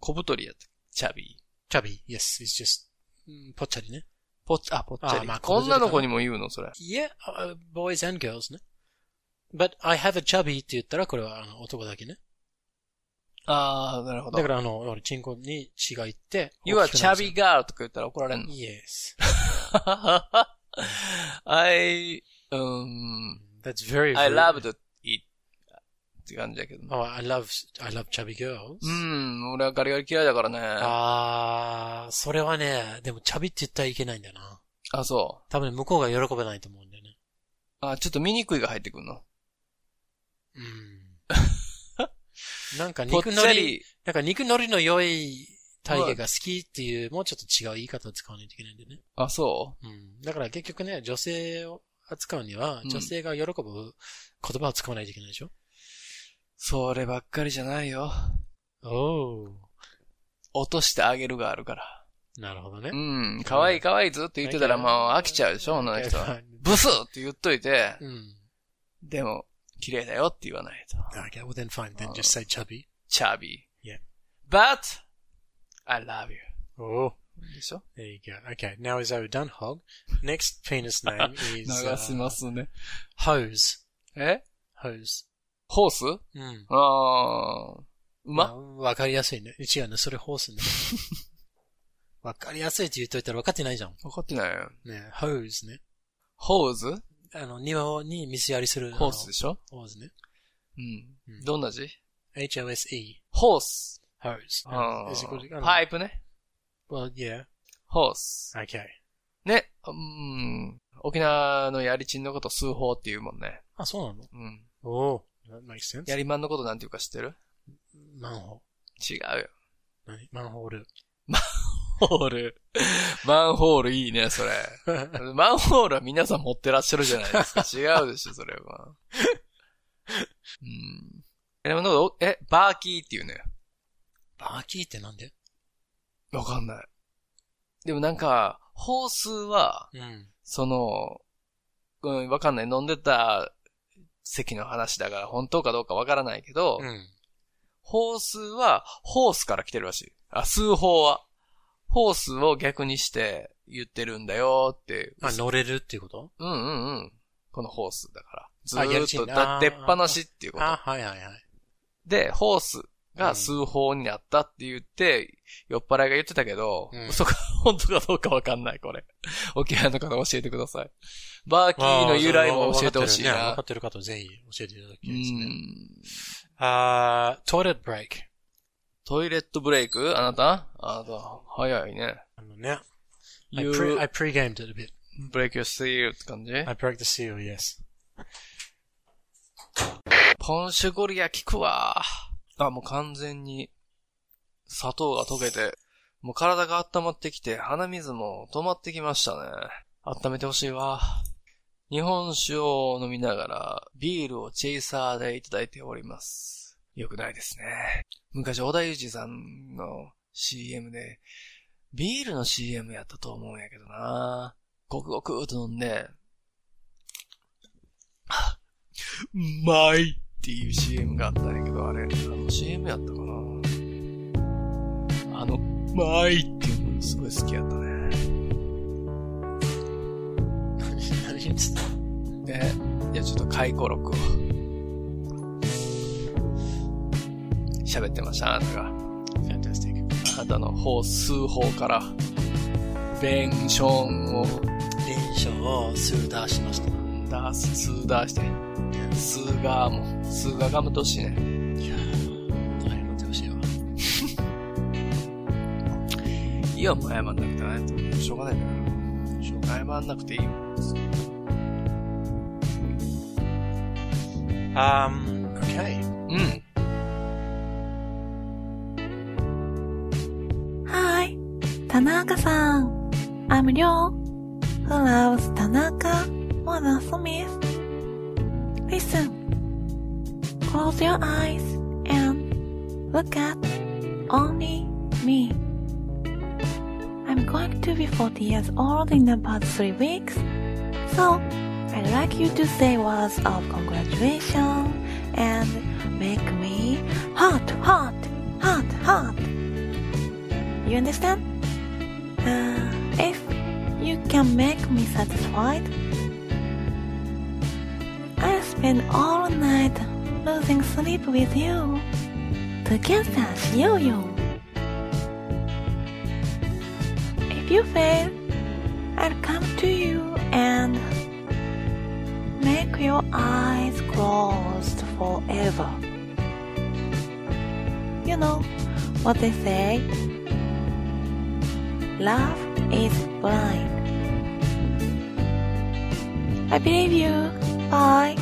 Speaker 7: 小太りやった。チャビー。
Speaker 6: チャビ Yes, it's just, mm, うんぽっちゃりね。
Speaker 7: ぽっち、あ、ぽっちゃ
Speaker 6: あ
Speaker 7: り。
Speaker 6: まあ
Speaker 7: 女の子にも言うの、それ。
Speaker 6: Yeah, uh, boys and girls ね。But I have a chubby って言ったら、これはあの男だけね。
Speaker 7: ああ、なるほ
Speaker 6: だから、あの、俺、チンコに血がいって。
Speaker 7: Oh. You are chubby
Speaker 6: が。
Speaker 7: girl とか言ったら怒られんの
Speaker 6: Yes.
Speaker 7: ?I, um,
Speaker 6: That's very, very
Speaker 7: I loved it って感じだけどね。
Speaker 6: Oh, I love, I love chubby girls.
Speaker 7: Hmm. うん、俺はガリガリ嫌いだからね。あ、
Speaker 6: あー、それはね、でもチャビって言ったらいけないんだよな。
Speaker 7: そ
Speaker 6: 多分ね向こうが喜べないと思うんだよね。
Speaker 7: う。あ、ちょっと醜いが入ってくるの。 [LAUGHS]
Speaker 6: うん。なんか
Speaker 7: ぽっ
Speaker 6: 肉
Speaker 7: ち
Speaker 6: の
Speaker 7: ゃ
Speaker 6: り、
Speaker 7: り、
Speaker 6: なんか肉のりの良い体型が好きっていう、もうちょっと違う言い方を使わないといけないんだよね。
Speaker 7: あ、そ
Speaker 6: うん。だから結局ね、女性を扱うには
Speaker 7: う、ん
Speaker 6: 女性が喜ぶ言葉を使わないといけないでしょ、
Speaker 7: う。そればっかりじゃないよ。
Speaker 6: おー。
Speaker 7: 落としてあげるがあるから。
Speaker 6: なるほどね
Speaker 7: う。ん、可愛い可愛いずっと言ってたら
Speaker 6: うん
Speaker 7: もう飽きちゃうでしょ、女の人は。ブスって言っといて、
Speaker 6: [LAUGHS] うん。
Speaker 7: でも、綺麗だよって言わないと。
Speaker 6: Okay, well then fine, then just say chubby.
Speaker 7: チャビ
Speaker 6: Yeah.
Speaker 7: But, I love you.
Speaker 6: Oh,
Speaker 7: でしょ
Speaker 6: there you go. Okay, now is our done hog. Next penis name is
Speaker 7: 流しますね。
Speaker 6: uh, hose.
Speaker 7: え
Speaker 6: hose.
Speaker 7: ホース
Speaker 6: うん。
Speaker 7: あー。
Speaker 6: まあ
Speaker 7: 馬
Speaker 6: わかりやすいね。違うね、それホースね。わかりやすいって言っといたら分かってないじゃん。
Speaker 7: 分かってないよ。
Speaker 6: ね、ホーズね。
Speaker 7: ホーズ
Speaker 6: あの、庭に水やりする。
Speaker 7: ホースでしょ
Speaker 6: あの。ホースね。
Speaker 7: うん
Speaker 6: うん。
Speaker 7: どんな字
Speaker 6: H-O-S-E。
Speaker 7: ホース。
Speaker 6: hose.
Speaker 7: あ
Speaker 6: Is it good?
Speaker 7: ー
Speaker 6: あの
Speaker 7: パイプね。
Speaker 6: Well, yeah.
Speaker 7: ホース。
Speaker 6: Okay.
Speaker 7: ね。うん。沖縄のやりちんのこと、数法って言うもんね。
Speaker 6: あ、そうなの
Speaker 7: うん。
Speaker 6: おお。That makes sense.
Speaker 7: やりまんのことなんていうか知ってる
Speaker 6: マンホ
Speaker 7: 違うよ。
Speaker 6: ール。何マンホー [LAUGHS] ル。
Speaker 7: ホール。 [LAUGHS] マンホールいいね、それ。 [LAUGHS] マンホールは皆さん持ってらっしゃるじゃない
Speaker 6: [LAUGHS]
Speaker 7: ですか。違うでしょ、それは。うん。え、でもなんかおえ、バーキーっていうね。
Speaker 6: バーキーってなんで
Speaker 7: わかんない。でもなんか、ホースは、
Speaker 6: うん。
Speaker 7: その、うん、わかんない。飲んでた席の話だから、本当かどうかわからないけど、
Speaker 6: うん。
Speaker 7: ホースは、ホースから来てるらしい。あ、数法は。ホースを逆にして言ってるんだよって。
Speaker 6: あ、乗れるっていうこと
Speaker 7: うんうんうん。このホースだから。ず
Speaker 6: あやりちん
Speaker 7: ーっとな出っ放しっていうこと。
Speaker 6: あ、はいはいはい。
Speaker 7: で、ホースが数法になったって言って、酔っ払いが言ってたけど、
Speaker 6: うん
Speaker 7: 嘘か、本当かどうかわかんない、これ。 [LAUGHS] 沖縄の方教えてください。バーキーの由来も教えてほしい
Speaker 6: あー
Speaker 7: な。
Speaker 6: わかってるねわかってる方ぜひ教えていただき
Speaker 7: う
Speaker 6: たいですね。
Speaker 7: ん。
Speaker 6: あー、トイレットブレイク。
Speaker 7: トイレットブレイクあなたあなた、早いね。
Speaker 6: あのね。I,
Speaker 7: You
Speaker 6: pre, I pre-gamed it a bit.
Speaker 7: break your seal って感じ
Speaker 6: I broke the seal, yes.
Speaker 7: ポンシュゴリア効くわ。あ、もう完全に、砂糖が溶けて、もう体が温まってきて、鼻水も止まってきましたね。温めてほしいわ。日本酒を飲みながら、ビールをチェイサーでいただいております。よくないですね。昔、小田裕二さんの CM で、ビールの CM やったと思うんやけどな。ごくごくーっと飲んで、 [LAUGHS] うまいっていう CM があったんやけど、あれ、あの CM やったかな。あの、うまいっていうのすごい好きやったね。
Speaker 6: 何言ってた
Speaker 7: え、いや、ちょっと回顧録を。喋ってました、あなたが。
Speaker 6: ?Fantastic.
Speaker 7: あなたの方、数方から、弁償を
Speaker 6: 連勝をスーダーしました。
Speaker 7: 出す、数出して、数がも、数ががむとしいね。
Speaker 6: いやー、謝ってほしいわ。
Speaker 7: いや、もう謝んなくてないと。しょうがないんだから。しょうがない謝んなくていいよ。
Speaker 6: Um, okay.
Speaker 7: うん。
Speaker 2: はーい。田中さん。 I'm Ryo, who loves Tanaka more than Smith. Listen. Close your eyes and look at only me. I'm going to be 40 years old in about three weeks, so I'd like you to say words of congratulations and make me hot, hot, hot, hot. You understand? Uh, if you can make me satisfied, I spend all night losing sleep with you. Together, しようよ If you fail, I'll come to you and make your eyes closed forever. You know what they say? Love is blind. I believe you. Bye.